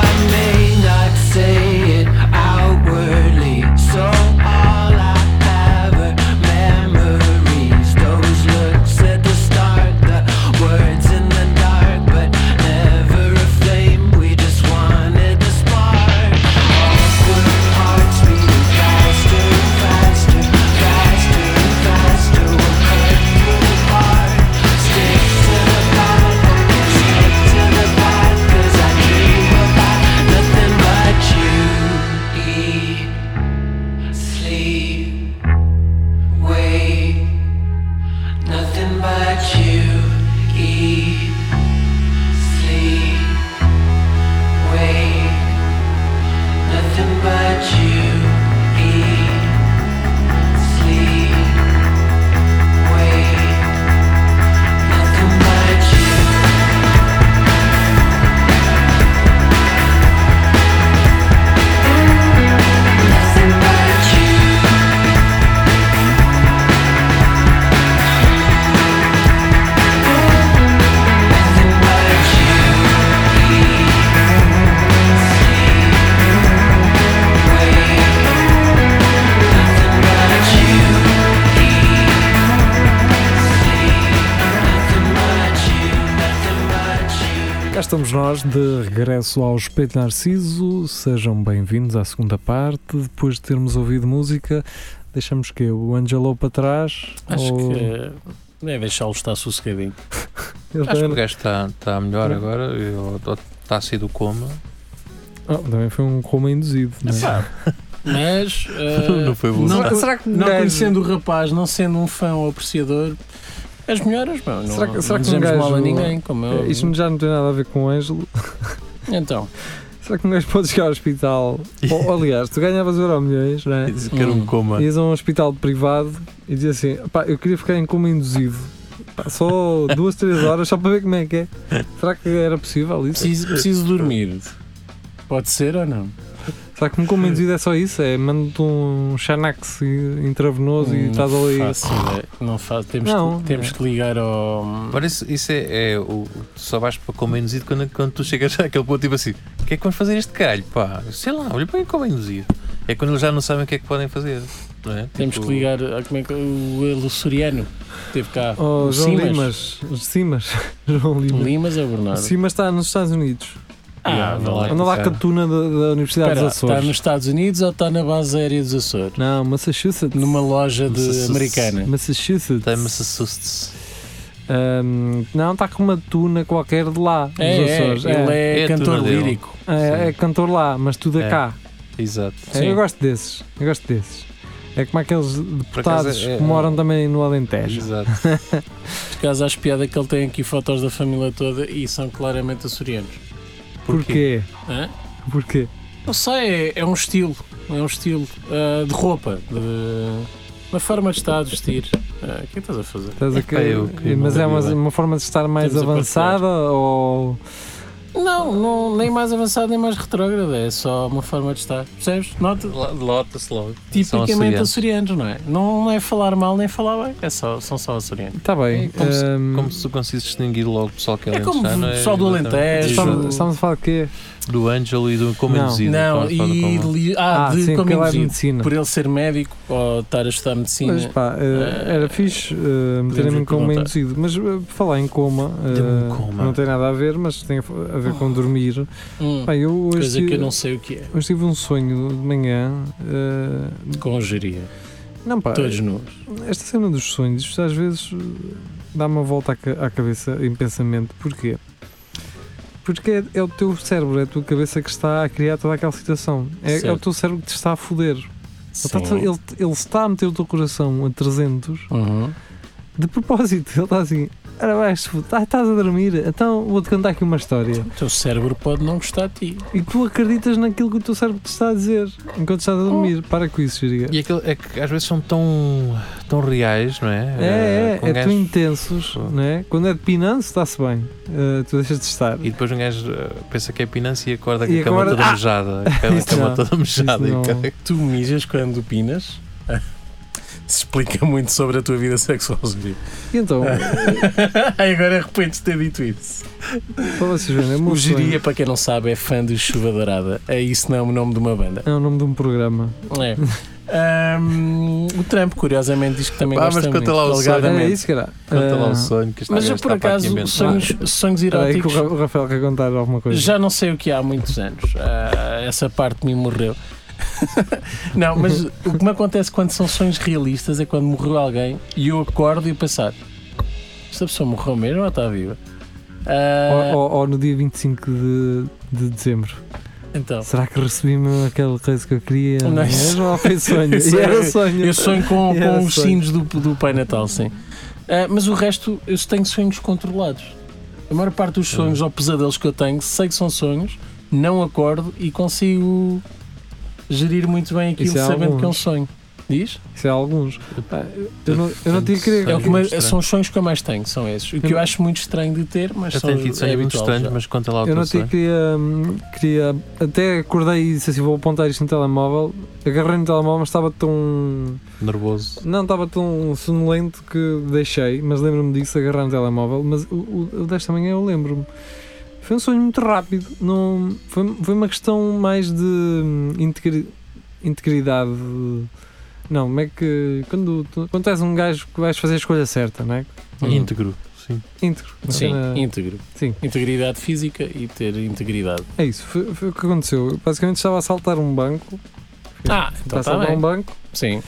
Speaker 6: I may not say it outwardly, so all I have are memories. Those looks at the start, the words in the dark, but never a flame. We just wanted the spark. Awkward hearts beating faster and faster, faster and faster. We'll cut through the part, stick to the path, I can stick to the path, 'cause I dream about nothing but you. Eat, sleep, wake, nothing but you. Eat, sleep, wake. Nothing but you. Eat, sleep, wake. Nothing but you. Nothing but you. Nothing but you.
Speaker 2: Cá estamos nós de regresso ao Espelho Narciso. Sejam bem-vindos à segunda parte. Depois de termos ouvido música, deixamos que o Angelo para trás.
Speaker 4: Oh.
Speaker 3: Acho
Speaker 2: Ou-
Speaker 3: que eh, deve deixá-lo estar sossegadinho.
Speaker 2: Ele
Speaker 4: Acho que o
Speaker 2: também...
Speaker 4: gajo está tá
Speaker 2: Hum.
Speaker 4: melhor agora, ou- ou está a sair do coma.
Speaker 2: Ah, também foi um coma induzido. não é?
Speaker 3: Epá, Mas eh,
Speaker 4: Não foi bom.
Speaker 3: não,
Speaker 2: será que
Speaker 3: não
Speaker 2: gajo-
Speaker 3: conhecendo o rapaz, não sendo um fã ou apreciador, as melhoras, bom, não,
Speaker 2: Será que- será
Speaker 3: não
Speaker 2: que um
Speaker 3: dizemos
Speaker 2: gajo-
Speaker 3: mal a ninguém, como eu.
Speaker 2: É, Isto já não tem nada a ver com o Ângelo.
Speaker 3: Então,
Speaker 2: Será que um gajo pode chegar ao hospital? Ou, aliás, tu ganhavas euro milhões, não é?
Speaker 4: Disse que era um
Speaker 3: Hum.
Speaker 4: coma.
Speaker 2: Ias a um hospital privado e dizia assim: pá, eu queria ficar em coma induzido. Pá, só duas, três horas, só para ver como é que é. Será que era possível isso?
Speaker 3: preciso, preciso dormir. Pode ser ou não?
Speaker 2: Será que um coma induzido é só isso? É mando-te um Xanax i- intravenoso e
Speaker 3: Hum, Não
Speaker 2: estás ali.
Speaker 3: faço ideia, Não faço. Temos,
Speaker 2: Não,
Speaker 3: que, temos
Speaker 2: é.
Speaker 3: que ligar ao.
Speaker 4: Agora isso, isso é, é o, tu só vais para coma induzido quando, quando tu chegas àquele ponto tipo assim, o que é que vamos fazer este caralho? Pá, sei lá, olha para o coma induzido. É quando eles já não sabem o que é que podem fazer. Não é?
Speaker 3: Temos
Speaker 4: Tipo,
Speaker 3: que ligar a como é que o Elo Soriano que teve cá.
Speaker 2: Oh,
Speaker 3: O
Speaker 2: João
Speaker 3: Um Simas.
Speaker 2: Limas. Um Simas. João Limas.
Speaker 3: Limas é o Bernardo.
Speaker 2: Simas está nos Estados Unidos.
Speaker 3: Ah, vá lá.
Speaker 2: Anda lá
Speaker 4: cara.
Speaker 2: com a tuna da, da Universidade
Speaker 3: Espera,
Speaker 2: dos Açores.
Speaker 3: está nos Estados Unidos ou está na base aérea dos Açores?
Speaker 2: Não, Massachusetts.
Speaker 3: Numa loja de
Speaker 4: Massachusetts.
Speaker 3: americana.
Speaker 2: Massachusetts.
Speaker 4: Tem-me se assuste-se.
Speaker 2: Ahm, não, está com uma tuna qualquer de lá, dos
Speaker 3: É, é,
Speaker 2: Açores.
Speaker 3: ele é,
Speaker 4: É a
Speaker 3: cantor
Speaker 4: tuna dele.
Speaker 3: lírico.
Speaker 2: É, é cantor lá, mas tudo a
Speaker 4: É.
Speaker 2: cá.
Speaker 4: Exato.
Speaker 2: É,
Speaker 3: Sim.
Speaker 2: eu gosto desses, eu gosto desses. É como aqueles
Speaker 4: acaso
Speaker 2: deputados
Speaker 4: é-
Speaker 2: que moram também no Alentejo.
Speaker 4: Exato.
Speaker 3: Por causa acho piada que ele tem aqui fotos da família toda e são claramente açorianos.
Speaker 2: Porquê?
Speaker 3: Hã?
Speaker 2: Porquê?
Speaker 3: Não sei, é, é um estilo, é um estilo ah, de roupa, de, uma forma de estar, de vestir. Ah, o que é que estás a fazer?
Speaker 2: Estás a
Speaker 4: Epá,
Speaker 2: querer-
Speaker 4: eu que não
Speaker 2: mas é
Speaker 4: vi
Speaker 2: uma,
Speaker 4: bem.
Speaker 2: uma forma de estar mais
Speaker 3: Estamos a
Speaker 2: avançada ou.
Speaker 3: Não, não, nem mais avançado nem mais retrógrado, é só uma forma de estar. Percebes? Nota
Speaker 4: Lota-se logo. São
Speaker 3: tipicamente
Speaker 4: açorianos.
Speaker 3: açorianos, não é? Não, não é falar mal nem falar bem, é só, são só açorianos.
Speaker 2: Está tá bem. Ehm,
Speaker 4: É como se-
Speaker 2: ahm,
Speaker 4: Como se tu conseguisse distinguir logo o pessoal que é
Speaker 3: É como
Speaker 4: alentejano,
Speaker 3: o pessoal do
Speaker 4: exatamente.
Speaker 3: Alentejo,
Speaker 4: Exato.
Speaker 2: estamos, estamos a é falar de quê?
Speaker 4: Do Ângelo e do Comenduzido.
Speaker 3: Não, e
Speaker 4: um.
Speaker 3: li, ah,
Speaker 2: Ah,
Speaker 3: de
Speaker 2: sim, porque ele é de
Speaker 3: Comingos,
Speaker 2: medicina.
Speaker 3: por ele ser médico ou estar a estudar medicina.
Speaker 2: Mas pá, eh, era fixe eh, meterem-me
Speaker 3: podemos
Speaker 2: em coma
Speaker 3: perguntar.
Speaker 2: induzido. Mas eh, por falar em coma, eh,
Speaker 4: Deu-me um coma.
Speaker 2: não tem nada a ver, mas tem a f- a ver com dormir.
Speaker 3: Hum,
Speaker 2: Pá, eu hoje,
Speaker 3: coisa
Speaker 2: tive,
Speaker 3: que eu não sei o que é,
Speaker 2: hoje tive um sonho de manhã. eh,
Speaker 3: com geria.
Speaker 2: não, pá,
Speaker 3: Todos nós.
Speaker 2: esta cena dos sonhos isto às vezes eh, dá uma volta à, ca- à cabeça em pensamento. Porquê? Porque é, é o teu cérebro, é a tua cabeça que está a criar toda aquela situação. É, é o
Speaker 3: Certo.
Speaker 2: teu cérebro que te está a foder. Ele, está-
Speaker 3: Sim.
Speaker 2: então ele, ele está a meter o teu coração a 300
Speaker 3: Uhum.
Speaker 2: de propósito. Ele está assim: Ora, vais, te foder. Ah, estás a dormir, então vou-te contar aqui uma história.
Speaker 3: O teu cérebro pode não gostar de ti.
Speaker 2: E tu acreditas naquilo que o teu cérebro te está a dizer enquanto estás a dormir. Para com isso, Júlia.
Speaker 4: E aquilo é que às vezes são tão, tão reais, não é?
Speaker 2: É,
Speaker 4: Eh,
Speaker 2: é,
Speaker 4: com
Speaker 2: é
Speaker 4: gajos-
Speaker 2: tão intensos, não é? Quando é de pinanço, está-se bem. Eh, tu deixas de estar.
Speaker 4: E depois um gajo eh, pensa que é pinância e acorda com
Speaker 2: E
Speaker 4: a cama
Speaker 2: acorda-
Speaker 4: toda
Speaker 2: Ah!
Speaker 4: mojada. A
Speaker 2: Isso
Speaker 4: cama
Speaker 2: não.
Speaker 4: toda mojada. e
Speaker 2: não.
Speaker 4: cara-
Speaker 3: Tu mijas quando pinas? Se explica muito sobre a tua vida sexual, Zuri.
Speaker 2: E então,
Speaker 4: eh,
Speaker 3: Ai, Agora arrependo-te de ter dito isso.
Speaker 2: para vocês verem, é o meu
Speaker 3: O Geria,
Speaker 2: sonho.
Speaker 3: para quem não sabe, é fã de Chuva Dourada. É isso não é o nome de uma banda.
Speaker 2: É o nome de um programa.
Speaker 3: É. Ahm, o Trump, curiosamente, diz que também
Speaker 4: Pá,
Speaker 3: gosta
Speaker 4: mas
Speaker 3: muito.
Speaker 4: conta lá o sonho. É
Speaker 2: Era
Speaker 3: alegadamente.
Speaker 2: É isso, cara.
Speaker 4: Conta lá
Speaker 2: Eh,
Speaker 4: o sonho que esta
Speaker 3: Mas
Speaker 4: gaja
Speaker 3: eu, por
Speaker 4: está para aqui
Speaker 3: acaso,
Speaker 4: inventar.
Speaker 3: sonhos, sonhos
Speaker 2: espera aí que o
Speaker 3: eróticos...
Speaker 2: Ra- o Rafael quer contar alguma coisa.
Speaker 3: Já não sei o que há há muitos anos. Ah, essa parte me morreu. não, mas o que me acontece quando são sonhos realistas é quando morreu alguém e eu acordo e eu pensar: esta pessoa morreu mesmo ou está viva? Ah,
Speaker 2: Ou, ou- ou no dia 25 de, de dezembro.
Speaker 3: Então,
Speaker 2: Será que recebi mesmo aquela coisa que eu queria?
Speaker 3: Não, isso-
Speaker 2: Mesmo ou foi sonho?
Speaker 3: isso
Speaker 2: E
Speaker 3: é-
Speaker 2: era sonho.
Speaker 3: eu sonho com,
Speaker 2: Era
Speaker 3: com os
Speaker 2: sonho.
Speaker 3: sinos do, do Pai Natal, sim. Ah, mas o resto, eu tenho sonhos controlados. A maior parte dos sonhos ou pesadelos que eu tenho, sei que são sonhos, não acordo e consigo gerir muito bem aquilo
Speaker 2: Isso é
Speaker 3: sabendo que é um
Speaker 2: alguns.
Speaker 3: sonho. Diz?
Speaker 2: Isso é alguns. Ah, Eu não, eu não tinha querido.
Speaker 3: É o que mais-
Speaker 4: Estranho.
Speaker 3: são os sonhos que eu mais tenho, são esses. O que eu acho muito estranho de ter, mas
Speaker 4: Eu
Speaker 3: são
Speaker 4: tenho tido
Speaker 3: é
Speaker 4: sonhos muito
Speaker 3: habitual
Speaker 4: estranhos,
Speaker 3: já.
Speaker 4: mas conta lá o
Speaker 2: Eu
Speaker 4: teu
Speaker 2: não tinha,
Speaker 4: sonho.
Speaker 2: queria, hum, queria. Até acordei e disse assim: vou apontar isto no telemóvel. Agarrei no telemóvel, mas estava tão.
Speaker 4: Nervoso.
Speaker 2: Não, estava tão sonolento que deixei, mas lembro-me disso, agarrar no telemóvel. Mas o, o, o desta manhã eu lembro-me. Foi um sonho muito rápido, não, foi, foi uma questão mais de hum, integri- integridade. Não, como é que. Quando, tu- quando és um gajo que vais fazer a escolha certa, não é?
Speaker 3: Hum.
Speaker 4: Íntegro. Sim.
Speaker 2: Íntegro. uma
Speaker 3: Sim,
Speaker 2: cena-
Speaker 3: íntegro.
Speaker 2: Sim.
Speaker 3: Integridade física e ter integridade.
Speaker 2: É isso, foi, foi o que aconteceu. Eu basicamente estava a saltar um banco.
Speaker 3: Ah, então
Speaker 2: Estava a
Speaker 3: está
Speaker 2: saltar
Speaker 3: bem.
Speaker 2: um banco,
Speaker 3: Sim,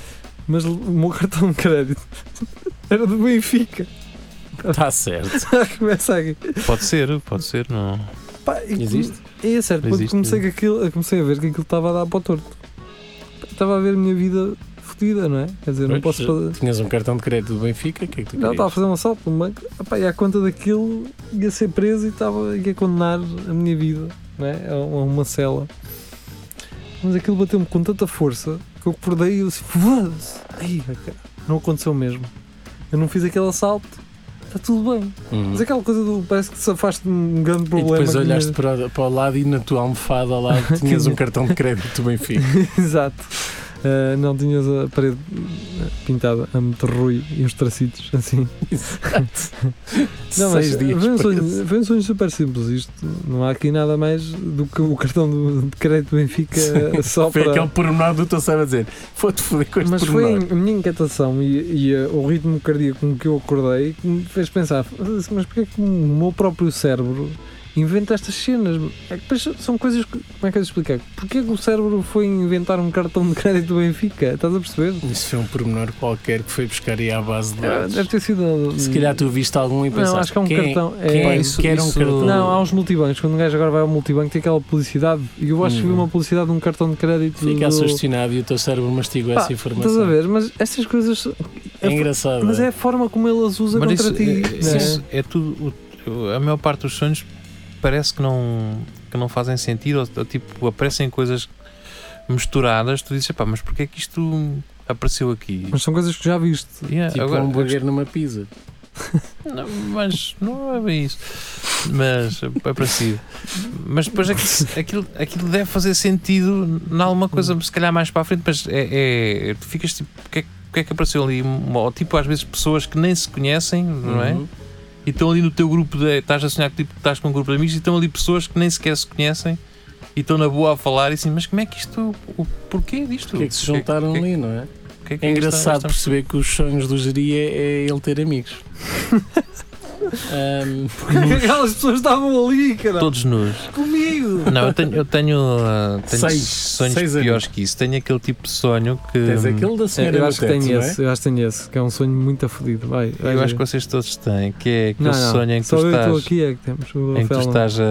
Speaker 2: mas o meu cartão de crédito era do Benfica. Tá
Speaker 3: está certo.
Speaker 2: Começa aqui.
Speaker 4: Pode ser, pode ser. Não.
Speaker 2: Pá, e
Speaker 3: Existe?
Speaker 2: É, é certo, quando
Speaker 4: Existe,
Speaker 2: comecei,
Speaker 4: é.
Speaker 2: com aquilo, eu comecei a ver que aquilo estava a dar para o torto. Estava a ver a minha vida fodida, não é? Quer dizer, não
Speaker 3: Pois,
Speaker 2: posso fazer.
Speaker 3: Tinhas um cartão de crédito do Benfica, o que é que tu
Speaker 2: Não,
Speaker 3: querias?
Speaker 2: estava a fazer um assalto no banco. Epá, e à conta daquilo ia ser preso e estava, ia condenar a minha vida não é? a a uma cela. Mas aquilo bateu-me com tanta força que eu acordei e eu disse: "Foda-se." Ai, cara, Não aconteceu mesmo. Eu não fiz aquele assalto, está tudo bem.
Speaker 3: Uhum.
Speaker 2: Mas aquela coisa do parece que se afaste de um grande
Speaker 3: E
Speaker 2: problema.
Speaker 3: depois
Speaker 2: que tinha-
Speaker 3: olhaste para, para o lado e na tua almofada ao lado tinhas um
Speaker 2: Tinha.
Speaker 3: cartão de crédito do Benfica.
Speaker 2: Exato. Ah, não tinhas a parede pintada a muito rui e os tracitos assim. Não, mas
Speaker 3: Seis dias.
Speaker 2: foi, um
Speaker 3: preso.
Speaker 2: sonho, foi um sonho super simples isto. Não há aqui nada mais do que o cartão do, de crédito do Benfica só
Speaker 3: Foi
Speaker 2: para.
Speaker 3: aquele pormenor do teu sabe a dizer. Vou-te foder com este
Speaker 2: Mas foi
Speaker 3: pormenor.
Speaker 2: a minha inquietação e, e, uh, o ritmo cardíaco com que eu acordei que me fez pensar, mas porquê que o meu próprio cérebro inventa estas cenas. É que depois são coisas que. Como é que eu te explicar? Porquê que o cérebro foi inventar um cartão de crédito do Benfica? Estás a perceber?
Speaker 3: Isso foi um pormenor qualquer que foi buscar aí à base de
Speaker 2: Ah,
Speaker 3: dados.
Speaker 2: Deve ter sido.
Speaker 3: Se calhar tu viste algum e pensaste.
Speaker 2: Não, acho que é um
Speaker 3: quem,
Speaker 2: cartão. É,
Speaker 3: Quem
Speaker 2: pá,
Speaker 7: isso-
Speaker 3: quer um
Speaker 7: isso-
Speaker 3: cartão?
Speaker 2: Não, há uns multibancos. Quando um gajo agora vai ao multibanco, tem aquela publicidade. E eu acho que vi
Speaker 3: Uhum.
Speaker 2: uma publicidade de um cartão de crédito.
Speaker 4: é
Speaker 3: Fica
Speaker 2: do-
Speaker 3: assustinado e o teu cérebro mastigou
Speaker 2: Pá,
Speaker 3: essa informação.
Speaker 2: Estás a ver? Mas estas coisas.
Speaker 3: É engraçado.
Speaker 2: Mas
Speaker 3: é?
Speaker 2: é a forma como ele as usa
Speaker 4: Mas
Speaker 2: contra
Speaker 4: isso,
Speaker 2: ti.
Speaker 4: é,
Speaker 2: né?
Speaker 4: isso é tudo. o- a maior parte dos sonhos parece que não, que não fazem sentido, ou, ou, tipo, aparecem coisas misturadas. Tu dizes, pá, mas porquê é que isto apareceu aqui?
Speaker 2: Mas são coisas que já viste.
Speaker 4: Yeah,
Speaker 3: Tipo
Speaker 4: agora-
Speaker 3: um hambúrguer numa pizza.
Speaker 4: Não, mas não é bem isso. Mas é parecido. Mas depois aquilo, aquilo, aquilo deve fazer sentido em alguma coisa, se calhar mais para a frente, mas é, é- tu ficas tipo, o que, é, que- o que é que apareceu ali? Uma- Ou tipo, às vezes pessoas que nem se conhecem, não é?
Speaker 3: Uhum.
Speaker 4: E estão ali no teu grupo de. Estás a sonhar que tipo, estás com um grupo de amigos e estão ali pessoas que nem sequer se conhecem e estão na boa a falar e assim, mas como é que isto. O porquê disto?
Speaker 3: Porque é que se juntaram
Speaker 4: Porquê-
Speaker 3: ali, não é?
Speaker 4: porquê que
Speaker 3: É
Speaker 4: esta-
Speaker 3: engraçado
Speaker 4: esta-
Speaker 3: perceber que os sonhos do Jeri é, é ele ter amigos. Ahm,
Speaker 2: Aquelas pessoas estavam ali, cara.
Speaker 4: Todos nus.
Speaker 2: Comigo.
Speaker 4: Não, eu tenho, eu tenho, uh, tenho
Speaker 3: Seis.
Speaker 4: sonhos
Speaker 3: Seis anos.
Speaker 4: piores que isso. Tenho aquele tipo de sonho que.
Speaker 3: tens aquele da senhora
Speaker 2: eu
Speaker 3: do
Speaker 2: acho que
Speaker 3: teto,
Speaker 2: tenho
Speaker 3: não é?
Speaker 2: esse, eu acho que tenho esse, que é um sonho muito afodido. Vai, vai
Speaker 4: Eu acho
Speaker 2: ver.
Speaker 4: que vocês todos têm, que é aquele
Speaker 2: não, não.
Speaker 4: sonho em que
Speaker 2: Só
Speaker 4: tu
Speaker 2: eu estou
Speaker 4: estás.
Speaker 2: aqui é que temos o
Speaker 4: Em que tu
Speaker 2: Rafael não.
Speaker 4: estás a,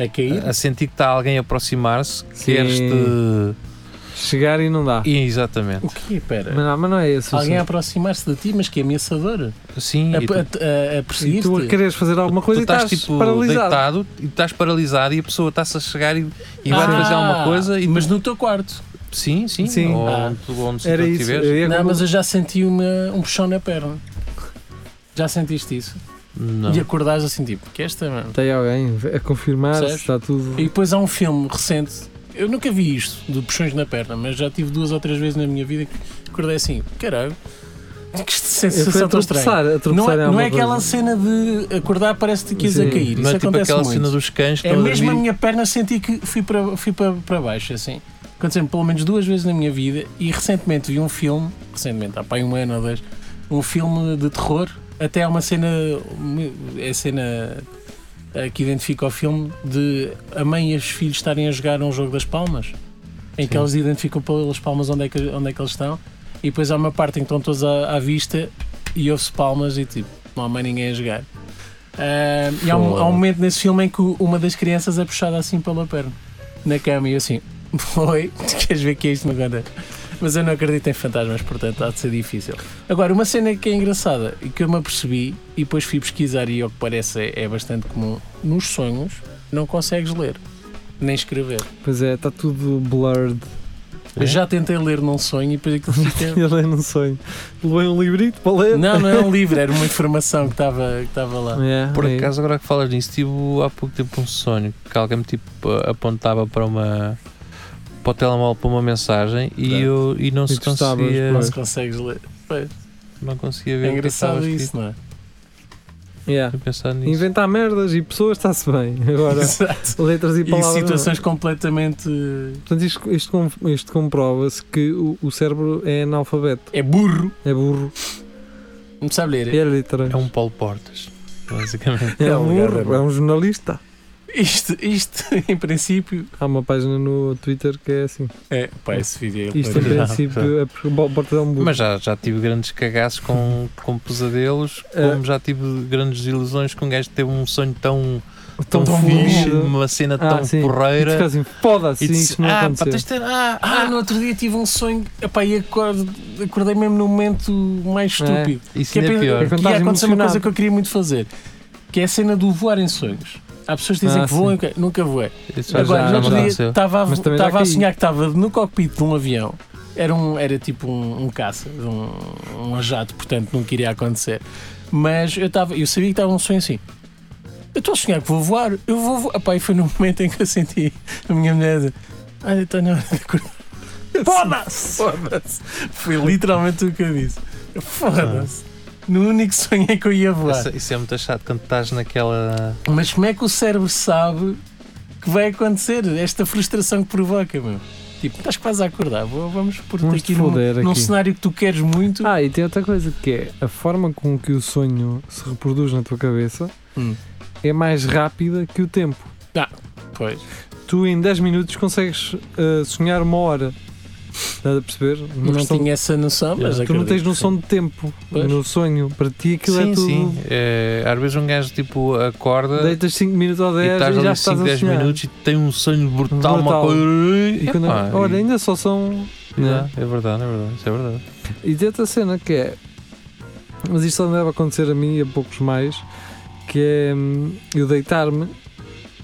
Speaker 3: é? A cair?
Speaker 4: a sentir que está alguém a aproximar-se,
Speaker 2: Sim.
Speaker 4: queres-te.
Speaker 2: Chegar e não dá.
Speaker 4: Ih, Exatamente.
Speaker 3: O quê?
Speaker 2: Mas,
Speaker 3: Pera.
Speaker 2: não, mas não é esse o
Speaker 3: Alguém a
Speaker 2: sonho.
Speaker 3: aproximar-se de ti, mas que ameaçador.
Speaker 4: Sim,
Speaker 3: A,
Speaker 4: e tu,
Speaker 3: a, a, a
Speaker 2: E tu a
Speaker 3: perseguir-te.
Speaker 2: quereres fazer é alguma
Speaker 4: tu
Speaker 2: coisa e
Speaker 4: estás
Speaker 2: estás
Speaker 4: tipo
Speaker 2: paralisado.
Speaker 4: deitado e estás paralisado e a pessoa está-se a chegar e, e vai
Speaker 3: Ah,
Speaker 4: fazer alguma coisa e tu-
Speaker 3: Mas no teu quarto.
Speaker 4: sim, sim,
Speaker 2: Sim.
Speaker 4: ou
Speaker 3: Ah.
Speaker 4: onde, tu- onde
Speaker 2: Era
Speaker 4: tu
Speaker 2: isso.
Speaker 4: estiveres.
Speaker 2: eu ia
Speaker 3: Não,
Speaker 2: com-
Speaker 3: mas eu já senti uma- um puxão na perna. Já sentiste isso?
Speaker 4: Não.
Speaker 3: E acordares assim, tipo, que esta, mano.
Speaker 2: Tem alguém a confirmar se
Speaker 3: Percebes?
Speaker 2: está tudo.
Speaker 3: E depois há um filme recente, eu nunca vi isto, de puxões na perna, mas já tive duas ou três vezes na minha vida que acordei assim, caralho,
Speaker 4: É,
Speaker 3: que isto
Speaker 2: Eu fui
Speaker 3: sensação
Speaker 2: a
Speaker 3: tão estranha.
Speaker 2: tropeçar, a
Speaker 3: Não
Speaker 2: tropeçar
Speaker 3: é,
Speaker 2: em
Speaker 3: não é
Speaker 2: alguma coisa.
Speaker 3: aquela cena de acordar parece que ias a
Speaker 2: Sim.
Speaker 3: cair,
Speaker 4: Não
Speaker 3: isso
Speaker 4: é tipo
Speaker 3: acontece
Speaker 4: aquela
Speaker 3: muito.
Speaker 4: cena dos cães que
Speaker 3: É
Speaker 4: estão a
Speaker 3: mesmo a
Speaker 4: dormir.
Speaker 3: minha perna senti que fui para, fui para, para baixo, assim. Aconteceu pelo menos duas vezes na minha vida e recentemente vi um filme, recentemente, há pá, aí um ano ou dois, um filme de terror, até há uma cena, é a cena eh, que identifica o filme de a mãe e os filhos estarem a jogar um jogo das palmas, em que
Speaker 4: Sim.
Speaker 3: eles identificam pelas palmas onde é que, onde é que eles estão, e depois há uma parte em que estão todos à, à vista e ouve-se palmas e tipo, não há mais ninguém a jogar. Ah, e há um, há um momento nesse filme em que o- uma das crianças é puxada assim pela perna na cama e eu assim, oi, queres ver que é isto não acontece? Mas eu não acredito em fantasmas, portanto há de ser difícil. Agora, uma cena que é engraçada e que eu me apercebi e depois fui pesquisar e ao que parece é, é bastante comum, nos sonhos não consegues ler, nem escrever.
Speaker 2: Pois é, está tudo blurred.
Speaker 4: É?
Speaker 3: Eu já tentei ler num sonho e depois aquilo fica.
Speaker 2: Ele é num sonho. Levei um librito para ler.
Speaker 3: não, não é um livro, era uma informação que estava que estava lá.
Speaker 2: É,
Speaker 4: Por
Speaker 2: é.
Speaker 4: acaso, agora que falas nisso, tive há pouco tempo um sonho que alguém me tipo, apontava para uma para o telemóvel para uma mensagem e, eu, e não
Speaker 2: E
Speaker 4: se
Speaker 2: tu estavas,
Speaker 4: conseguia,
Speaker 3: Não se consegues ler.
Speaker 4: não conseguia ver
Speaker 3: É
Speaker 4: o que
Speaker 3: engraçado
Speaker 4: estava
Speaker 3: isso, não é?
Speaker 2: Yeah.
Speaker 4: escrito. Eu pensava nisso.
Speaker 2: Inventar merdas e pessoas está-se bem. Agora,
Speaker 3: Exato.
Speaker 2: letras e
Speaker 3: E
Speaker 2: palavras.
Speaker 3: situações completamente. eh,
Speaker 2: Portanto, isto, isto, com- isto comprova-se que o, o cérebro é analfabeto,
Speaker 3: É burro.
Speaker 2: é burro,
Speaker 3: Não sabe ler.
Speaker 2: é letra.
Speaker 4: É um Paulo Portas, basicamente.
Speaker 2: É,
Speaker 3: é um
Speaker 2: um
Speaker 3: lugar
Speaker 2: burro,
Speaker 3: da-
Speaker 2: é um jornalista.
Speaker 3: Isto, isto, em princípio.
Speaker 2: Há uma página no Twitter que é assim.
Speaker 3: É, pá, esse vídeo é
Speaker 2: Isto, em
Speaker 4: Não,
Speaker 2: princípio, é porque bo- bota de um burro.
Speaker 4: Mas já, já tive grandes cagaços com, com pesadelos,
Speaker 2: É.
Speaker 3: Ah.
Speaker 4: como já tive grandes desilusões com um gajo que teve um sonho tão,
Speaker 2: Tão
Speaker 4: fixe,
Speaker 2: fodido.
Speaker 4: uma cena
Speaker 2: Ah,
Speaker 4: tão
Speaker 2: sim. E tu
Speaker 4: porreira.
Speaker 2: ficas assim, foda-se,
Speaker 4: E disse,
Speaker 2: isto não
Speaker 4: ah, pá, tens
Speaker 2: aconteceu.
Speaker 4: de ter- ah,
Speaker 3: Ah, no outro dia tive um sonho. Epá, e acordo, acordei mesmo no momento mais estúpido.
Speaker 4: isso
Speaker 3: Que
Speaker 4: ainda é
Speaker 2: quando
Speaker 4: pior.
Speaker 3: que ia
Speaker 2: estás
Speaker 3: acontecer uma
Speaker 2: emocionado.
Speaker 3: coisa que eu queria muito fazer, que é a cena do voar em sonhos. Há pessoas que dizem
Speaker 2: Ah,
Speaker 3: que voam, eu nunca voei.
Speaker 4: Isso já,
Speaker 3: Agora,
Speaker 4: já
Speaker 3: no
Speaker 4: me
Speaker 3: outro dia
Speaker 4: aconteceu.
Speaker 3: estava a,
Speaker 2: Mas também já
Speaker 3: estava a
Speaker 2: caí.
Speaker 3: sonhar que estava no cockpit de um avião. Era, um, era tipo um, um caça, um, um jato, portanto nunca iria acontecer. Mas eu, estava, eu sabia que estava um sonho assim. Eu estou a sonhar que vou voar, eu vou voar. Epá, e foi no momento em que eu senti a minha mulher dizer: Olha, está na hora de acordar. Foda-se! Foda-se! Foi literalmente o que eu disse. Foda-se!
Speaker 4: Ah.
Speaker 3: No único sonho é que eu ia voar.
Speaker 4: Isso- Isso é muito chato quando estás naquela.
Speaker 3: Mas como é que o cérebro sabe que vai acontecer? Esta frustração que provoca, meu. Tipo, estás quase a acordar, vou- vamos pôr-te
Speaker 2: Vamos te
Speaker 3: aqui num,
Speaker 2: foder
Speaker 3: num
Speaker 2: aqui.
Speaker 3: cenário que tu queres muito.
Speaker 2: Ah, e tem outra coisa que é a forma com que o sonho se reproduz na tua cabeça
Speaker 3: Hum.
Speaker 2: é mais rápida que o tempo.
Speaker 3: Pois.
Speaker 2: Tu em 10 minutos consegues ah, sonhar uma hora. Estás a perceber? Uma
Speaker 3: Não
Speaker 2: questão de-
Speaker 3: tinha essa noção, mas
Speaker 2: tu não tens
Speaker 3: acredito,
Speaker 2: noção de tempo
Speaker 3: Pois.
Speaker 2: no sonho. Para ti aquilo
Speaker 4: sim,
Speaker 2: é tudo.
Speaker 4: sim. Eh, às vezes um gajo tipo acorda
Speaker 2: Deitas 5 minutos ou
Speaker 4: e
Speaker 2: 10
Speaker 4: estás
Speaker 2: e, é, já
Speaker 4: ali
Speaker 2: estás
Speaker 4: 5,
Speaker 2: a
Speaker 4: 10
Speaker 2: sonhar.
Speaker 4: minutos e tem um sonho brutal, uma
Speaker 2: Brutal.
Speaker 4: coisa.
Speaker 2: E quando-
Speaker 4: Epá,
Speaker 2: olha,
Speaker 4: e-
Speaker 2: ainda só são. né?
Speaker 4: É verdade, é verdade, isso é verdade.
Speaker 2: E tem outra cena que é. Mas isto só me deve acontecer a mim e a poucos mais. Que é hum, eu deitar-me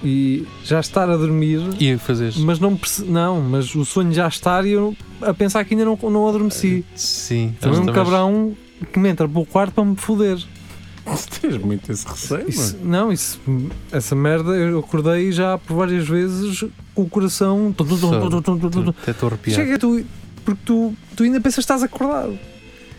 Speaker 2: e já estar a dormir,
Speaker 4: E fazes?
Speaker 2: mas não perce- Não, mas o sonho já estar e eu a pensar que ainda não, não adormeci.
Speaker 4: Sim,
Speaker 2: Também um
Speaker 4: mas-
Speaker 2: cabrão que me entra para o quarto para me foder.
Speaker 3: Tens muito esse receio,
Speaker 2: Isso- não, isso, essa merda, eu acordei já por várias vezes com o coração. tum, tum, tum, tum, tum, tum, tum, tum.
Speaker 4: Até estou arrepiado.
Speaker 2: Chega tu, porque tu, tu ainda pensas que estás acordado.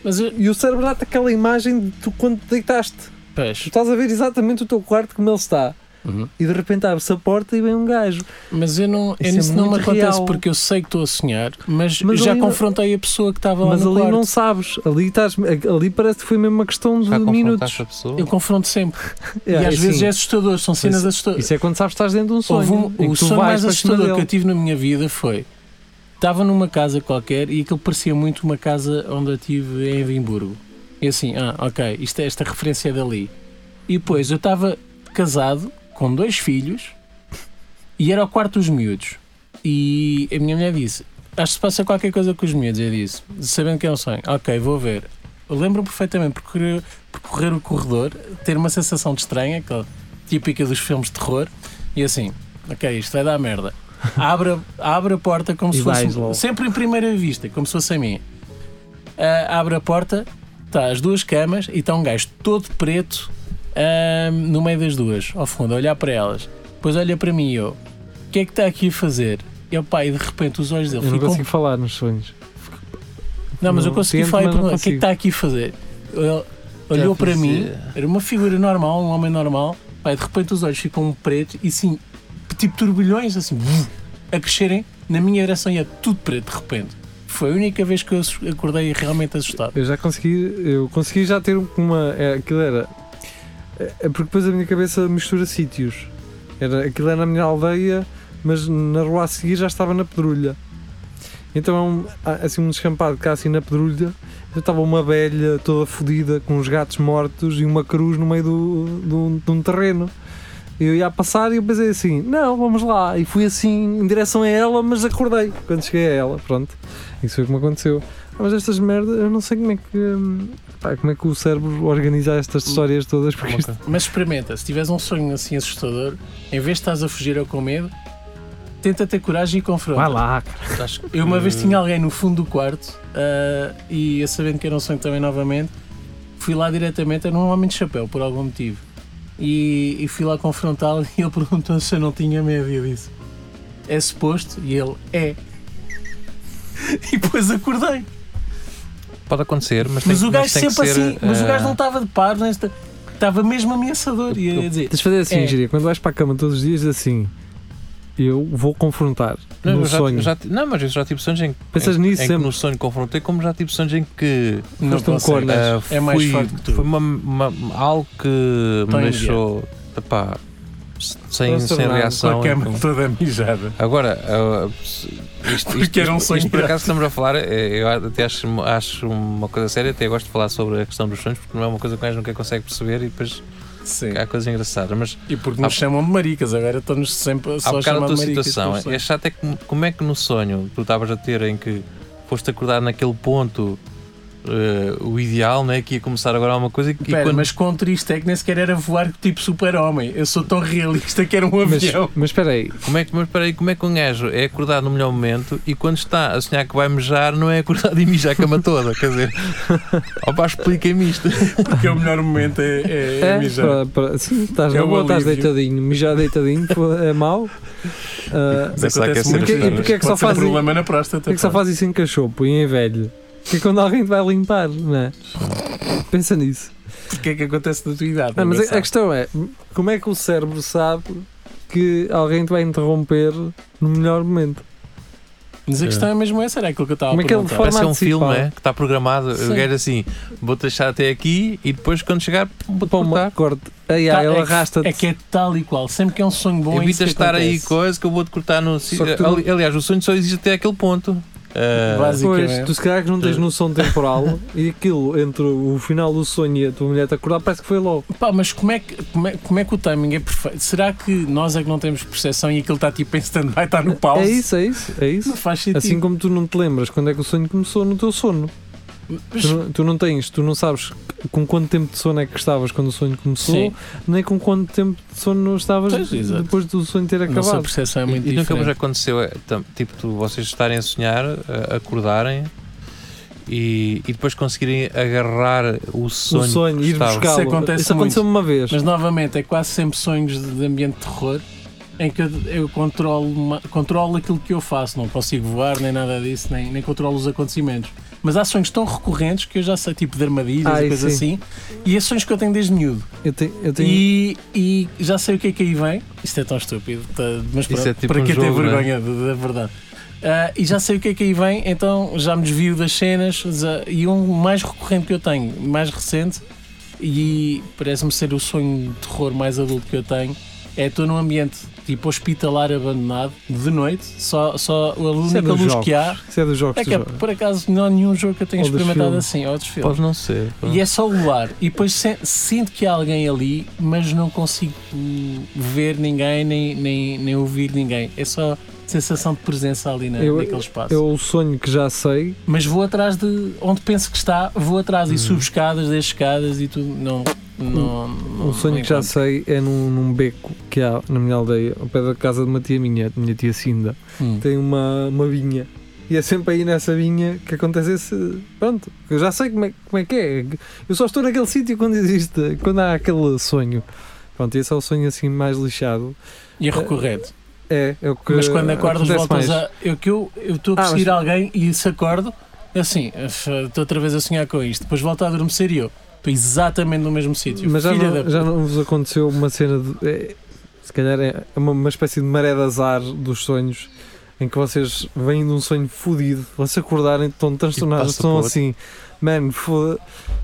Speaker 3: Mas eu,
Speaker 2: E o cérebro dá-te aquela imagem de tu quando te deitaste. Tu
Speaker 3: pois,
Speaker 2: estás a ver exatamente o teu quarto como ele está.
Speaker 3: Uhum.
Speaker 2: E de repente abre-se a porta e vem um gajo.
Speaker 3: mas eu não, eu
Speaker 2: Isso é
Speaker 3: isso não me
Speaker 2: muito
Speaker 3: acontece
Speaker 2: real.
Speaker 3: porque eu sei que estou a sonhar, mas,
Speaker 2: Mas
Speaker 3: já
Speaker 2: ali não-
Speaker 3: confrontei a pessoa que estava lá
Speaker 2: Mas
Speaker 3: no
Speaker 2: ali
Speaker 3: quarto.
Speaker 2: não sabes. Ali, estás, ali parece que foi mesmo uma questão de um
Speaker 4: Já
Speaker 2: minutos.
Speaker 4: confrontaste a pessoa?
Speaker 3: Eu confronto sempre.
Speaker 2: É,
Speaker 3: e às
Speaker 2: sim.
Speaker 3: vezes é assustador, são cenas
Speaker 2: Isso-
Speaker 3: assustadoras.
Speaker 2: Isso é quando sabes que estás dentro de um
Speaker 3: Houve
Speaker 2: sonho.
Speaker 3: um-
Speaker 2: em que
Speaker 3: o
Speaker 2: tu
Speaker 3: sonho
Speaker 2: vais
Speaker 3: mais
Speaker 2: para cima
Speaker 3: assustador que eu
Speaker 2: dele.
Speaker 3: tive na minha vida foi. Estava numa casa qualquer e aquilo parecia muito uma casa onde eu tive em Edimburgo. E assim, ah, ok, isto é esta referência é dali. E depois eu estava casado com dois filhos e era o quarto dos miúdos. E a minha mulher disse: Acho que se passa qualquer coisa com os miúdos. Eu disse: Sabendo que é um sonho, ok, vou ver. Eu lembro perfeitamente de percorrer, percorrer o corredor, ter uma sensação de estranha, aquela típica dos filmes de terror, e assim, ok, isto vai dar merda. Abre, a- abre a porta como
Speaker 2: E
Speaker 3: se fosse.
Speaker 2: vais logo.
Speaker 3: Sempre em primeira vista, como se fosse a minha. Ah, abre a porta, está as duas camas e está um gajo todo preto ahm, no meio das duas, ao fundo, a olhar para elas. Depois olha para mim e eu, o que é que está aqui a fazer? E, opá, e de repente os olhos dele
Speaker 2: Eu não
Speaker 3: ficam
Speaker 2: consigo falar nos sonhos.
Speaker 3: não, mas eu
Speaker 2: Não
Speaker 3: consegui
Speaker 2: tento,
Speaker 3: falar e
Speaker 2: mas não
Speaker 3: perguntar o que é que
Speaker 2: consigo.
Speaker 3: está aqui a fazer. Ele olhou para mim, era uma figura normal, um homem normal, pá, e de repente os olhos ficam pretos e sim, tipo turbilhões assim, vum, a crescerem na minha direção e é tudo preto de repente. Foi a única vez que eu assu- acordei realmente assustado.
Speaker 2: Eu já consegui, eu consegui já ter uma. É, aquilo era. é- é porque depois a minha cabeça mistura sítios. Era, aquilo era na minha aldeia, mas na rua a seguir já estava na pedrulha. Então é um, há, assim um descampado cá assim na pedrulha. Eu estava uma velha toda fodida com uns gatos mortos e uma cruz no meio do, de um- de um terreno. Eu ia a passar e eu pensei assim, não, vamos lá. E fui assim em direção a ela, mas acordei quando cheguei a ela. Pronto, isso foi como aconteceu. Ah, Mas estas merdas, eu não sei como é que hum, pá, como é que o cérebro organiza estas histórias todas porque isto-
Speaker 3: Mas experimenta, se tiveres um sonho assim assustador, em vez de estás a fugir ou com medo, tenta ter coragem e confronta.
Speaker 2: vai lá.
Speaker 3: Eu uma vez tinha alguém no fundo do quarto ah, e a sabendo que era um sonho também novamente, fui lá diretamente, era um homem de chapéu por algum motivo. E, e fui lá confrontá-lo e ele perguntou se eu não tinha medo e eu disse é suposto e ele é. E depois acordei.
Speaker 4: Pode acontecer, mas,
Speaker 3: Mas
Speaker 4: tem,
Speaker 3: o gajo
Speaker 4: mas tem
Speaker 3: sempre
Speaker 4: que ser,
Speaker 3: assim, mas o gajo
Speaker 4: eh,
Speaker 2: tá
Speaker 3: não estava de par, nem esta- estava mesmo ameaçador. E eu ia dizer,
Speaker 2: Tens de fazer assim,
Speaker 3: É.
Speaker 2: Gíria, quando vais para a cama todos os dias assim. Eu vou confrontar
Speaker 4: Não,
Speaker 2: no
Speaker 4: eh, eu já-
Speaker 2: sonho.
Speaker 4: já ti- não, mas eu já tive sonhos em,
Speaker 2: Pensas
Speaker 4: em,
Speaker 2: nisso
Speaker 4: em que
Speaker 2: sempre.
Speaker 4: no sonho confrontei, como já tive sonhos em que
Speaker 3: não
Speaker 2: Foste um
Speaker 3: consegue.
Speaker 2: corno.
Speaker 4: ah,
Speaker 3: É mais
Speaker 4: fui-
Speaker 3: forte que tu.
Speaker 4: Foi uma, uma- algo que
Speaker 3: Tão
Speaker 4: me deixou epá, sem, sem
Speaker 2: Transtornado.
Speaker 4: reação.
Speaker 3: Com a cama toda mijada.
Speaker 4: Agora, ah, isto, isto,
Speaker 3: Porque era um
Speaker 4: isto-
Speaker 3: sonho
Speaker 4: isto por
Speaker 3: irado.
Speaker 4: acaso estamos a falar, eh, eu até acho, acho uma coisa séria, até gosto de falar sobre a questão dos sonhos, porque não é uma coisa que o gajo nunca consegue perceber e depois
Speaker 3: Sim.
Speaker 4: há coisas engraçadas. Mas
Speaker 3: E porque
Speaker 4: Há-
Speaker 3: nos chamam de maricas, agora estão-nos sempre
Speaker 4: há
Speaker 3: só a
Speaker 4: bocado
Speaker 3: chamar
Speaker 4: a tua
Speaker 3: de maricas.
Speaker 4: situação,
Speaker 3: pelos
Speaker 4: é chato é que, como é que no sonho tu estavas a ter em que foste acordar naquele ponto eh, o ideal, não é? Que ia começar agora alguma coisa e, e
Speaker 3: Pera,
Speaker 4: quando
Speaker 3: mas quão triste é que nem sequer era voar tipo super-homem. Eu sou tão realista que era um
Speaker 2: Mas,
Speaker 3: avião.
Speaker 2: mas espera aí,
Speaker 4: Como é que, mas espera aí, como é que um gajo é acordado no melhor momento e quando está a sonhar que vai mejar, não é acordado e mija a cama toda? Quer dizer, opá, explica-me isto.
Speaker 3: Porque o melhor momento é, é, é mijar.
Speaker 2: para- para- sim, estás
Speaker 3: É
Speaker 2: na
Speaker 3: um
Speaker 2: boa, estás
Speaker 3: alívio.
Speaker 2: deitadinho, mijar deitadinho, pô, é mau. Ah,
Speaker 3: Mas acontece
Speaker 4: Pensar que é
Speaker 3: muito.
Speaker 4: ser
Speaker 2: E porque é que só
Speaker 3: Pode ser
Speaker 2: fazem-
Speaker 3: um problema na próstata.
Speaker 2: Porquê é que só
Speaker 3: pá.
Speaker 2: faz isso em cachorro e em velho? Que é quando alguém te vai limpar, não é? Pensa nisso.
Speaker 3: Porque é que acontece na tua idade?
Speaker 2: Não, mas a- a,
Speaker 3: engraçado.
Speaker 2: questão é, como é que o cérebro sabe que alguém te vai interromper no melhor momento?
Speaker 3: Mas a
Speaker 2: É.
Speaker 3: questão é mesmo essa, era aquilo que eu estava a
Speaker 2: Como é que ele
Speaker 3: perguntar.
Speaker 2: forma
Speaker 4: Parece que é um
Speaker 2: antecipada.
Speaker 4: filme, é? Que está programado.
Speaker 3: Sim.
Speaker 4: O gajo assim, vou deixar até aqui e depois quando chegar, vou
Speaker 2: Pô, uma
Speaker 4: cortar.
Speaker 2: corte.
Speaker 3: Um
Speaker 2: Ai,
Speaker 3: Tá,
Speaker 2: ai,
Speaker 3: é
Speaker 2: Ah, ele
Speaker 3: que-
Speaker 2: arrasta-te.
Speaker 3: É que é tal e qual. Sempre que é um sonho bom, é isso
Speaker 4: Evita
Speaker 3: que
Speaker 4: estar aí
Speaker 3: acontece.
Speaker 4: coisa que eu vou-te cortar no.
Speaker 2: Só que tu não-
Speaker 4: Ali- Aliás, o sonho só existe até aquele ponto. Ah,
Speaker 3: Basicamente.
Speaker 2: Pois, tu se calhar que não
Speaker 3: É.
Speaker 2: tens noção temporal e aquilo entre o final do sonho e a tua mulher te acordar parece que foi logo.
Speaker 3: Pá, mas como é, que, como, é, como é que o timing é perfeito? Será que nós é que não temos percepção e aquilo está tipo em stand-by, está no pause? tipo-
Speaker 2: É isso, é isso, é isso.
Speaker 3: Não faz sentido.
Speaker 2: Assim como tu não te lembras quando é que o sonho começou no teu sono.
Speaker 3: Mas-
Speaker 2: Tu não, tu não tens, tu não sabes com quanto tempo de sono é que estavas quando o sonho começou,
Speaker 3: Sim.
Speaker 2: nem com quanto tempo de sono estavas
Speaker 3: Pois, exato.
Speaker 2: depois do sonho ter
Speaker 3: a nossa
Speaker 2: acabado.
Speaker 3: percepção é muito
Speaker 4: E, e nunca vos
Speaker 3: diferente.
Speaker 4: aconteceu, é, tam- tipo, tu, vocês estarem a sonhar, a- acordarem e, e depois conseguirem agarrar o sonho.
Speaker 2: o sonho,
Speaker 4: que
Speaker 2: ir
Speaker 4: estava.
Speaker 2: buscá-lo.
Speaker 3: Isso acontece
Speaker 2: Isso aconteceu uma vez.
Speaker 3: Mas novamente, é quase sempre sonhos de, de ambiente de terror em que eu, eu controlo, uma- controlo aquilo que eu faço. Não consigo voar, nem nada disso, nem, nem controlo os acontecimentos. Mas há sonhos tão recorrentes que eu já sei, tipo de armadilhas
Speaker 2: Ai,
Speaker 3: e coisas
Speaker 2: sim.
Speaker 3: assim. E esses sonhos que eu tenho desde miúdo.
Speaker 2: Eu tenho, eu tenho-
Speaker 3: E, e já sei o que é que aí vem. Isto é tão estúpido, tá- mas
Speaker 4: Isso
Speaker 3: pronto,
Speaker 4: é tipo
Speaker 3: para
Speaker 4: um
Speaker 3: que ter
Speaker 4: jogo, não é?
Speaker 3: vergonha da- da verdade. Ah, e já sei o que é que aí vem, então já me desvio das cenas. já- e um mais recorrente que eu tenho, mais recente, e parece-me ser o sonho de terror mais adulto que eu tenho, é estou num ambiente tipo hospitalar abandonado, de noite, só, só a única
Speaker 2: é dos
Speaker 3: luz que há.
Speaker 2: Isso é dos jogos
Speaker 3: É
Speaker 2: que
Speaker 3: que
Speaker 2: tu jogas.
Speaker 3: por acaso não há nenhum jogo que eu tenha
Speaker 2: Ou dos
Speaker 3: experimentado
Speaker 2: filmes.
Speaker 3: assim, ou dos filmes.
Speaker 4: Pode não ser. pá.
Speaker 3: E é só o ar. E depois se- sinto que há alguém ali, mas não consigo hum, ver ninguém, nem, nem, nem ouvir ninguém. É só sensação de presença ali na,
Speaker 2: Eu-
Speaker 3: naquele espaço.
Speaker 2: Eu o sonho que já sei,
Speaker 3: Mas vou atrás de onde penso que está, vou atrás e subo escadas, desço escadas e tudo. Não, não, não,
Speaker 2: o Um sonho
Speaker 3: não
Speaker 2: que já
Speaker 3: encontro.
Speaker 2: sei é num, num beco que há na minha aldeia, ao pé da casa de uma tia minha, minha tia Cinda.
Speaker 3: Hum.
Speaker 2: Tem uma, uma vinha. E é sempre aí nessa vinha que acontece esse. Pronto, eu já sei como é, como é que é. Eu só estou naquele sítio quando existe, quando há aquele sonho. Pronto, esse é o sonho assim mais lixado.
Speaker 3: E é recorrente.
Speaker 2: É, é o que.
Speaker 3: Mas quando acordas,
Speaker 2: acontece
Speaker 3: voltas
Speaker 2: mais.
Speaker 3: a. Eu que eu eu estou a
Speaker 2: Ah,
Speaker 3: perseguir alguém e se acordo, é assim, "Uf, estou outra vez a sonhar com isto. Depois volto a adormecer e eu estou exatamente no mesmo sítio.
Speaker 2: Mas já
Speaker 3: Tipo, Filha
Speaker 2: não,
Speaker 3: da-
Speaker 2: já não vos aconteceu uma cena de. é, se calhar é uma, uma espécie de maré de azar dos sonhos em que vocês vêm de um sonho fodido, vocês acordarem, estão transtornados,
Speaker 4: passa
Speaker 2: estão
Speaker 4: para outro.
Speaker 2: assim, mano, foda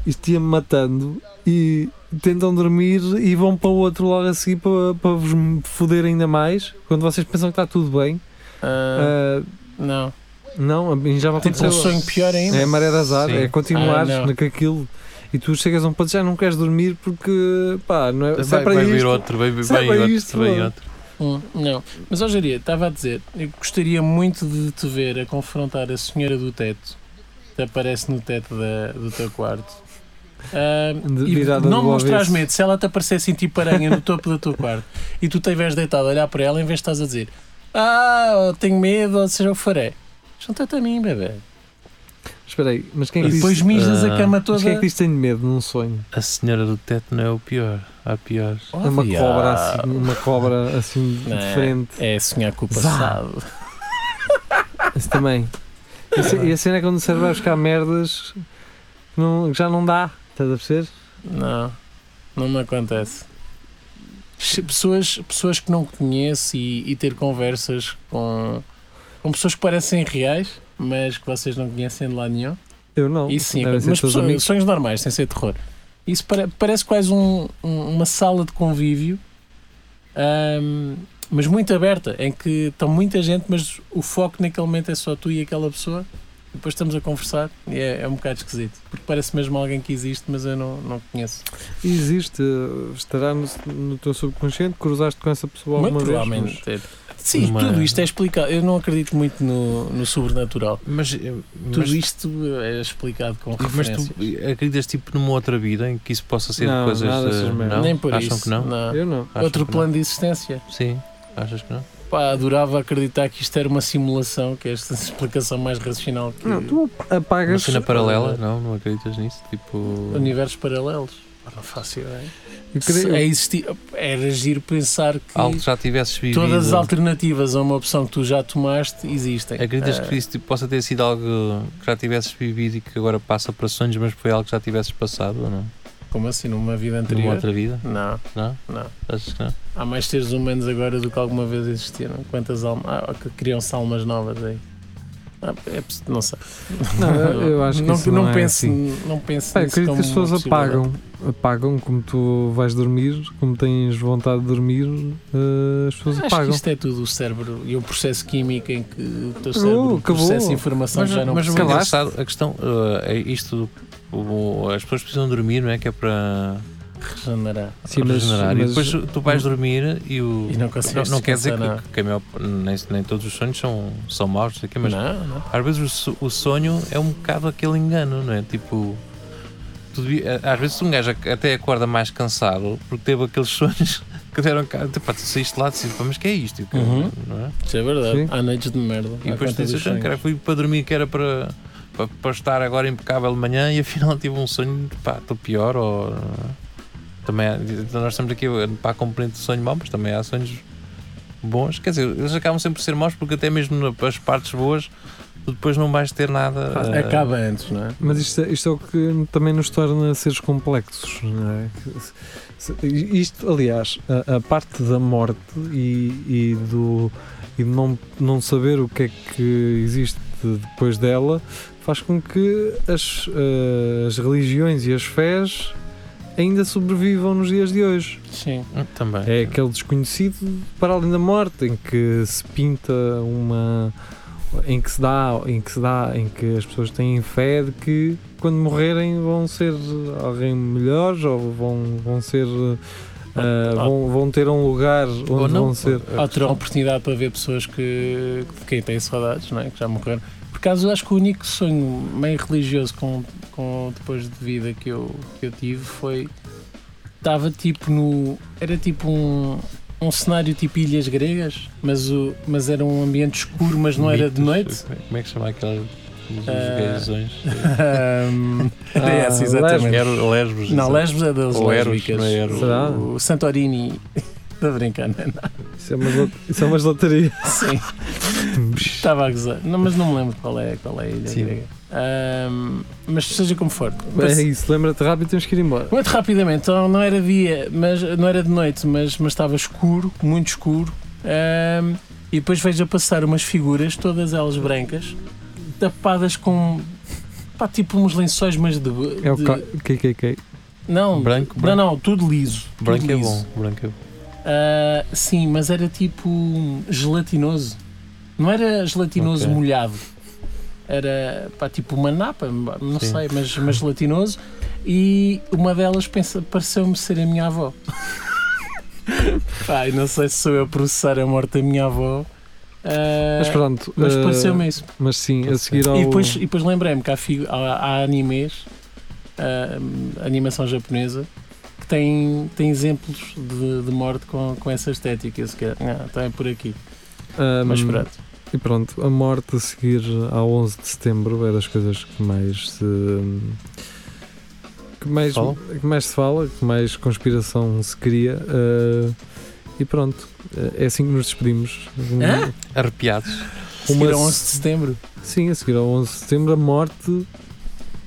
Speaker 2: isto ia-me matando e tentam dormir e vão para o outro logo a seguir para, para vos foder ainda mais quando vocês pensam que está tudo bem.
Speaker 3: Ah,
Speaker 2: Ah,
Speaker 3: não.
Speaker 2: não, a mim já me
Speaker 3: Tipo
Speaker 2: aconteceu.
Speaker 3: um sonho pior ainda.
Speaker 2: É a maré de azar,
Speaker 4: Sim.
Speaker 2: é continuares
Speaker 3: Ah, não.
Speaker 2: naquilo aquilo e tu chegas a um ponto já não queres dormir porque pá, não é, se é
Speaker 4: Vai,
Speaker 2: para
Speaker 4: vai vir
Speaker 2: isto,
Speaker 4: outro, vai, vai,
Speaker 2: Se é para
Speaker 4: outro,
Speaker 2: isto,
Speaker 4: vai
Speaker 2: pá.
Speaker 4: outro.
Speaker 3: Hum, não, mas hoje diria, estava a dizer, eu gostaria muito de te ver a confrontar a senhora do teto que aparece no teto da- do teu quarto. Ah,
Speaker 2: De-
Speaker 3: e
Speaker 2: virada
Speaker 3: não
Speaker 2: do
Speaker 3: me mostras
Speaker 2: avesso.
Speaker 3: medo, se ela te aparecesse em tipo aranha no topo do teu quarto e tu te tiveres deitado a olhar para ela, em vez de estás a dizer Ah, eu tenho medo, ou seja, eu farei. é, Junta-te a mim, bebê.
Speaker 2: Espera aí, mas quem é
Speaker 3: E
Speaker 2: que
Speaker 3: depois
Speaker 2: diz,
Speaker 3: mijas a
Speaker 4: Ah,
Speaker 3: cama toda.
Speaker 2: mas quem é que diz que tem medo num sonho?
Speaker 4: A senhora do teto não é o pior. Há piores.
Speaker 2: É uma
Speaker 3: Olha.
Speaker 2: cobra assim, uma cobra assim de
Speaker 3: Não é.
Speaker 2: frente.
Speaker 3: É sonhar com o
Speaker 2: Zá.
Speaker 3: passado.
Speaker 2: Isso também. E a ce- E a cena é quando o cérebro vai buscar merdas que não- que já não dá, estás a perceber?
Speaker 3: Não, não me acontece. Che- Pessoas, pessoas que não conheço e, e ter conversas com, com pessoas que parecem reais, mas que vocês não conhecem de lado nenhum.
Speaker 2: Eu não.
Speaker 3: Isso sim,
Speaker 2: Devem
Speaker 3: mas
Speaker 2: ser todos
Speaker 3: pessoas-
Speaker 2: amigos.
Speaker 3: sonhos normais, sem ser terror. Isso pare- parece quase um- um- uma sala de convívio, ahm, mas muito aberta, em que estão muita gente, mas o foco naquele momento é só tu e aquela pessoa. Depois estamos a conversar e é, é um bocado esquisito, porque parece mesmo alguém que existe, mas eu não, não conheço.
Speaker 2: Existe, estará no, no teu subconsciente, cruzaste com essa pessoa
Speaker 3: Muito
Speaker 2: alguma
Speaker 3: provavelmente. ter.
Speaker 2: vez.
Speaker 3: Sim,
Speaker 4: Uma-
Speaker 3: tudo isto é explicado. Eu não acredito muito no, no sobrenatural.
Speaker 4: Mas,
Speaker 3: eh, Tudo
Speaker 4: mas,
Speaker 3: isto é explicado com
Speaker 4: mas
Speaker 3: referências.
Speaker 4: tu acreditas tipo numa outra vida em que isso possa ser
Speaker 2: Não,
Speaker 4: coisas.
Speaker 2: nada
Speaker 4: eh,
Speaker 2: dessas merdas.
Speaker 4: não?
Speaker 3: Nem por
Speaker 4: Acham
Speaker 3: isso.
Speaker 4: que não?
Speaker 2: mas- Eu não.
Speaker 4: Acham
Speaker 3: Outro
Speaker 4: que
Speaker 3: plano de existência.
Speaker 4: Não? Sim. Achas que não?
Speaker 2: É
Speaker 3: Pá, adorava acreditar que isto era uma simulação, que é esta explicação mais racional é que
Speaker 2: Não, tu
Speaker 4: Uma
Speaker 2: apagas.
Speaker 4: cena paralela? Não, não acreditas nisso? Tipo.
Speaker 3: universos paralelos. Pá, Não faço ideia.
Speaker 2: eu creio-
Speaker 3: É existir, era giro pensar que
Speaker 4: Algo que já tivesses vivido.
Speaker 3: todas as alternativas a uma opção que tu já tomaste existem.
Speaker 4: Acreditas
Speaker 3: Ah,
Speaker 4: que isso tipo, possa ter sido algo que já tivesses vivido e que agora passa para sonhos, mas foi algo que já tivesses passado ou não?
Speaker 3: Como assim, numa vida
Speaker 4: Numa
Speaker 3: anterior?
Speaker 4: outra vida?
Speaker 3: Não,
Speaker 4: Não?
Speaker 3: não.
Speaker 4: Achas que não?
Speaker 3: Há mais seres humanos agora do que alguma vez existiram. Quantas almas. Ah, que criam-se almas novas aí. Ah, é poss- não sei.
Speaker 2: Não, eu- eu acho que
Speaker 3: não,
Speaker 2: isso
Speaker 3: não,
Speaker 2: não é
Speaker 3: penso,
Speaker 2: assim.
Speaker 3: não penso
Speaker 2: Pá,
Speaker 3: nisso
Speaker 2: acredito que
Speaker 3: como
Speaker 2: as pessoas
Speaker 3: uma possibilidade.
Speaker 2: apagam. Apagam como tu vais dormir, como tens vontade de dormir, eh, as pessoas
Speaker 3: Acho que
Speaker 2: apagam. Uh,
Speaker 3: isto é tudo o cérebro e o processo químico em que o teu
Speaker 2: Acabou,
Speaker 3: cérebro
Speaker 2: acabou.
Speaker 3: processa informação
Speaker 4: Mas,
Speaker 3: já não
Speaker 4: mas o
Speaker 3: precisa.
Speaker 4: engraçado, a questão uh, é isto. o- as pessoas precisam dormir, não é? Que é para
Speaker 3: regenerar.
Speaker 2: Sim, mas-
Speaker 4: regenerar.
Speaker 2: mas- Uhum.
Speaker 4: e depois tu vais dormir e o.
Speaker 3: E não consegues
Speaker 4: não quer dizer
Speaker 3: descansar,
Speaker 4: que, que a maior- nem, nem todos os sonhos são, são maus, não sei o quê, É, mas
Speaker 3: não, não.
Speaker 4: às vezes o, so- o sonho é um bocado aquele engano, não é? Tipo, tu devia- às vezes um gajo ac- até acorda mais cansado porque teve aqueles sonhos que deram cá. Tipo, pá, tu saíste lá e disse, mas que é isto? E o cara,
Speaker 3: Uhum.
Speaker 4: não é?
Speaker 3: Isso é verdade.
Speaker 2: Sim.
Speaker 3: Há noites de merda.
Speaker 4: E
Speaker 3: à
Speaker 4: depois tu
Speaker 3: conta dos
Speaker 4: dizes, "Ah,
Speaker 3: sonhos.
Speaker 4: cara, fui para dormir que era para, para, para estar agora impecável de manhã e afinal tive um sonho, de, pá, estou pior ou... Também há- então nós estamos aqui para a componente de sonho mau, mas também há sonhos bons. Quer dizer, eles acabam sempre por ser maus porque até mesmo na- as partes boas tu depois não vais ter nada... eh,
Speaker 3: Acaba antes, não é?
Speaker 2: Mas isto, é- isto é o que também nos torna seres complexos, não é? Que se- se- Isto, aliás, a, a parte da morte e, e do e de não, não saber o que é que existe depois dela faz com que as, eh, as religiões e as fés ainda sobrevivam nos dias de hoje.
Speaker 3: Sim.
Speaker 4: hum, Também.
Speaker 2: É aquele desconhecido para além da morte, em que se pinta uma. em que se dá, em que se dá, em que as pessoas têm fé de que quando morrerem vão ser alguém melhores ou vão, vão ser. ah, vão, vão ter um lugar onde
Speaker 4: Ou não.
Speaker 2: vão ser.
Speaker 3: Há terá oportunidade para ver pessoas que, de quem têm saudades, não é? que já morreram. Por acaso, eu acho que o único sonho meio religioso com, com depois de vida que eu, que eu tive foi. Estava tipo no. Era tipo um, um cenário tipo Ilhas Gregas, mas, o, mas era um ambiente escuro, mas não era de
Speaker 4: Mitos,
Speaker 3: noite.
Speaker 4: Como é- como é que chama aquela... Os
Speaker 3: Eh,
Speaker 4: gaysões.
Speaker 3: Ahm,
Speaker 2: Ah,
Speaker 3: era essa, É, exatamente.
Speaker 4: Era Lesbos.
Speaker 3: Não, Lesbos é das
Speaker 4: Ou Eros,
Speaker 3: lésbicas.
Speaker 4: não é Eros.
Speaker 2: Será?
Speaker 3: O Santorini. Estou a brincar, não é?
Speaker 2: Isso é uma, lot- isso é uma lotaria.
Speaker 3: Sim. Estava a gozar. Não, mas não me lembro qual é, qual é a ilha
Speaker 4: Sim.
Speaker 3: grega. Ahm, mas seja como for.
Speaker 2: É isso, lembra-te rápido, temos que ir
Speaker 4: é-
Speaker 2: embora.
Speaker 3: Muito rapidamente, então não era dia, mas não era de noite, mas, mas estava escuro, muito escuro. Ahm, e depois vejo a passar umas figuras, todas elas brancas, tapadas com pá, tipo uns lençóis, mas de.
Speaker 2: É o
Speaker 3: de-
Speaker 2: ca- KKK.
Speaker 3: Não,
Speaker 4: Branco,
Speaker 3: não,
Speaker 4: branco.
Speaker 3: não, tudo liso. tudo
Speaker 4: Branco é
Speaker 3: liso.
Speaker 4: bom. Branco é bom.
Speaker 3: Ah, sim, mas era tipo gelatinoso. Não era gelatinoso
Speaker 4: Ok.
Speaker 3: molhado. Era pá, tipo uma napa, não
Speaker 4: Sim.
Speaker 3: sei, mas, mas gelatinoso. E uma delas pensa- pareceu-me ser a minha avó. Pai, não sei se sou eu a processar a morte da minha avó. ah,
Speaker 2: Mas pronto.
Speaker 3: mas
Speaker 2: ah,
Speaker 3: pareceu-me isso.
Speaker 2: mas sim, a seguir ao.
Speaker 3: E depois, e depois lembrei-me que há, figu- há- há animes, ah, animação japonesa, que tem, tem exemplos de, de morte com, com essa estética. Eu sequer, ah, então é por aqui.
Speaker 2: ah,
Speaker 3: Mas pronto.
Speaker 2: E pronto, a morte a seguir ao 11 de setembro é das coisas que mais se. que mais,
Speaker 4: Fala?
Speaker 2: que mais se fala, que mais conspiração se cria. eh, e pronto, eh, é assim que nos despedimos. Hum,
Speaker 3: Hã?
Speaker 4: Arrepiados.
Speaker 2: Uma
Speaker 3: Seguir a 11
Speaker 2: se-
Speaker 3: de setembro.
Speaker 2: Sim, a seguir ao 11 de setembro, a morte,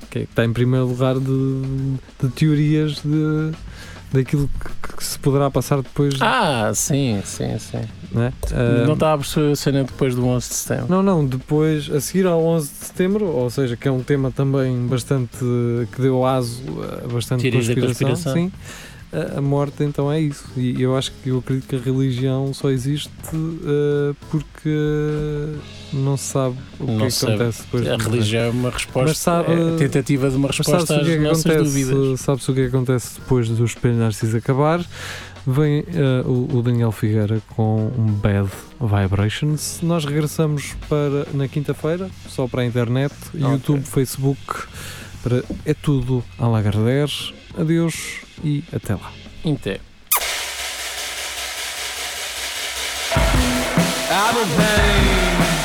Speaker 2: que, é que está em primeiro lugar de, de teorias de, daquilo que, que se poderá passar depois.
Speaker 3: Ah, sim, sim, sim.
Speaker 2: não é? Ah,
Speaker 3: Não estava a perceber a cena depois do 11 de setembro.
Speaker 2: Não, não, depois, a seguir ao 11 de setembro, ou seja, que é um tema também bastante. que deu aso a bastante
Speaker 3: Teorias da
Speaker 2: conspiração.
Speaker 3: conspiração.
Speaker 2: Sim, a, a morte então é isso. E eu acho que eu acredito que a religião só existe eh, porque não se sabe o que,
Speaker 3: Não
Speaker 2: é que
Speaker 3: se sabe.
Speaker 2: acontece depois.
Speaker 3: A
Speaker 2: de morrer.
Speaker 3: religião é uma resposta,
Speaker 2: Mas sabe-
Speaker 3: é a tentativa de uma
Speaker 2: Mas sabe-se
Speaker 3: resposta
Speaker 2: o que é
Speaker 3: às
Speaker 2: que
Speaker 3: nossas dúvidas.
Speaker 2: acontece? Sabe-se o que é que acontece depois do espelho Narciso acabar? Vem eh, o, o Daniel Figueira com um Bad Vibrations. Nós regressamos para na quinta-feira, só para a internet, YouTube, Facebook, para é tudo a Lagardère. Adeus e até lá.
Speaker 3: Inter.
Speaker 7: Albert Penny,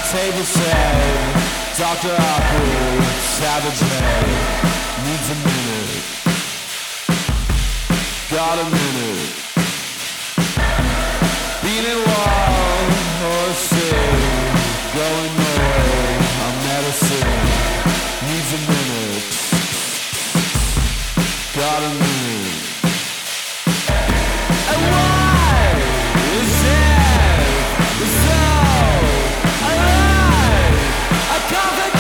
Speaker 7: table said, Dr. Apple, Savage Man, needs a minute. Got a minute. Being in wall or sick, going nowhere, I'm medicine, needs a minute. Got a minute. And why is that so alive? I can't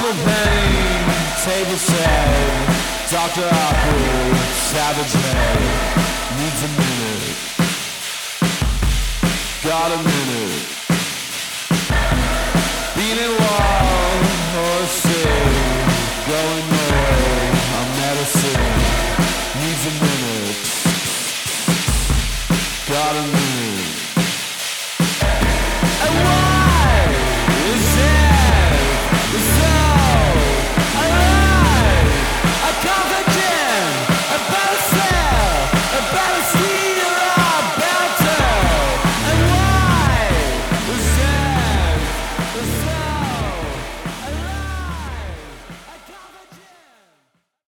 Speaker 6: Oh,
Speaker 8: Lane, Table Side, Dr. Apple, Savage Man, needs a minute. Got a minute. Being in wild horses, going nowhere, I'm medicine, needs a minute. Got a minute.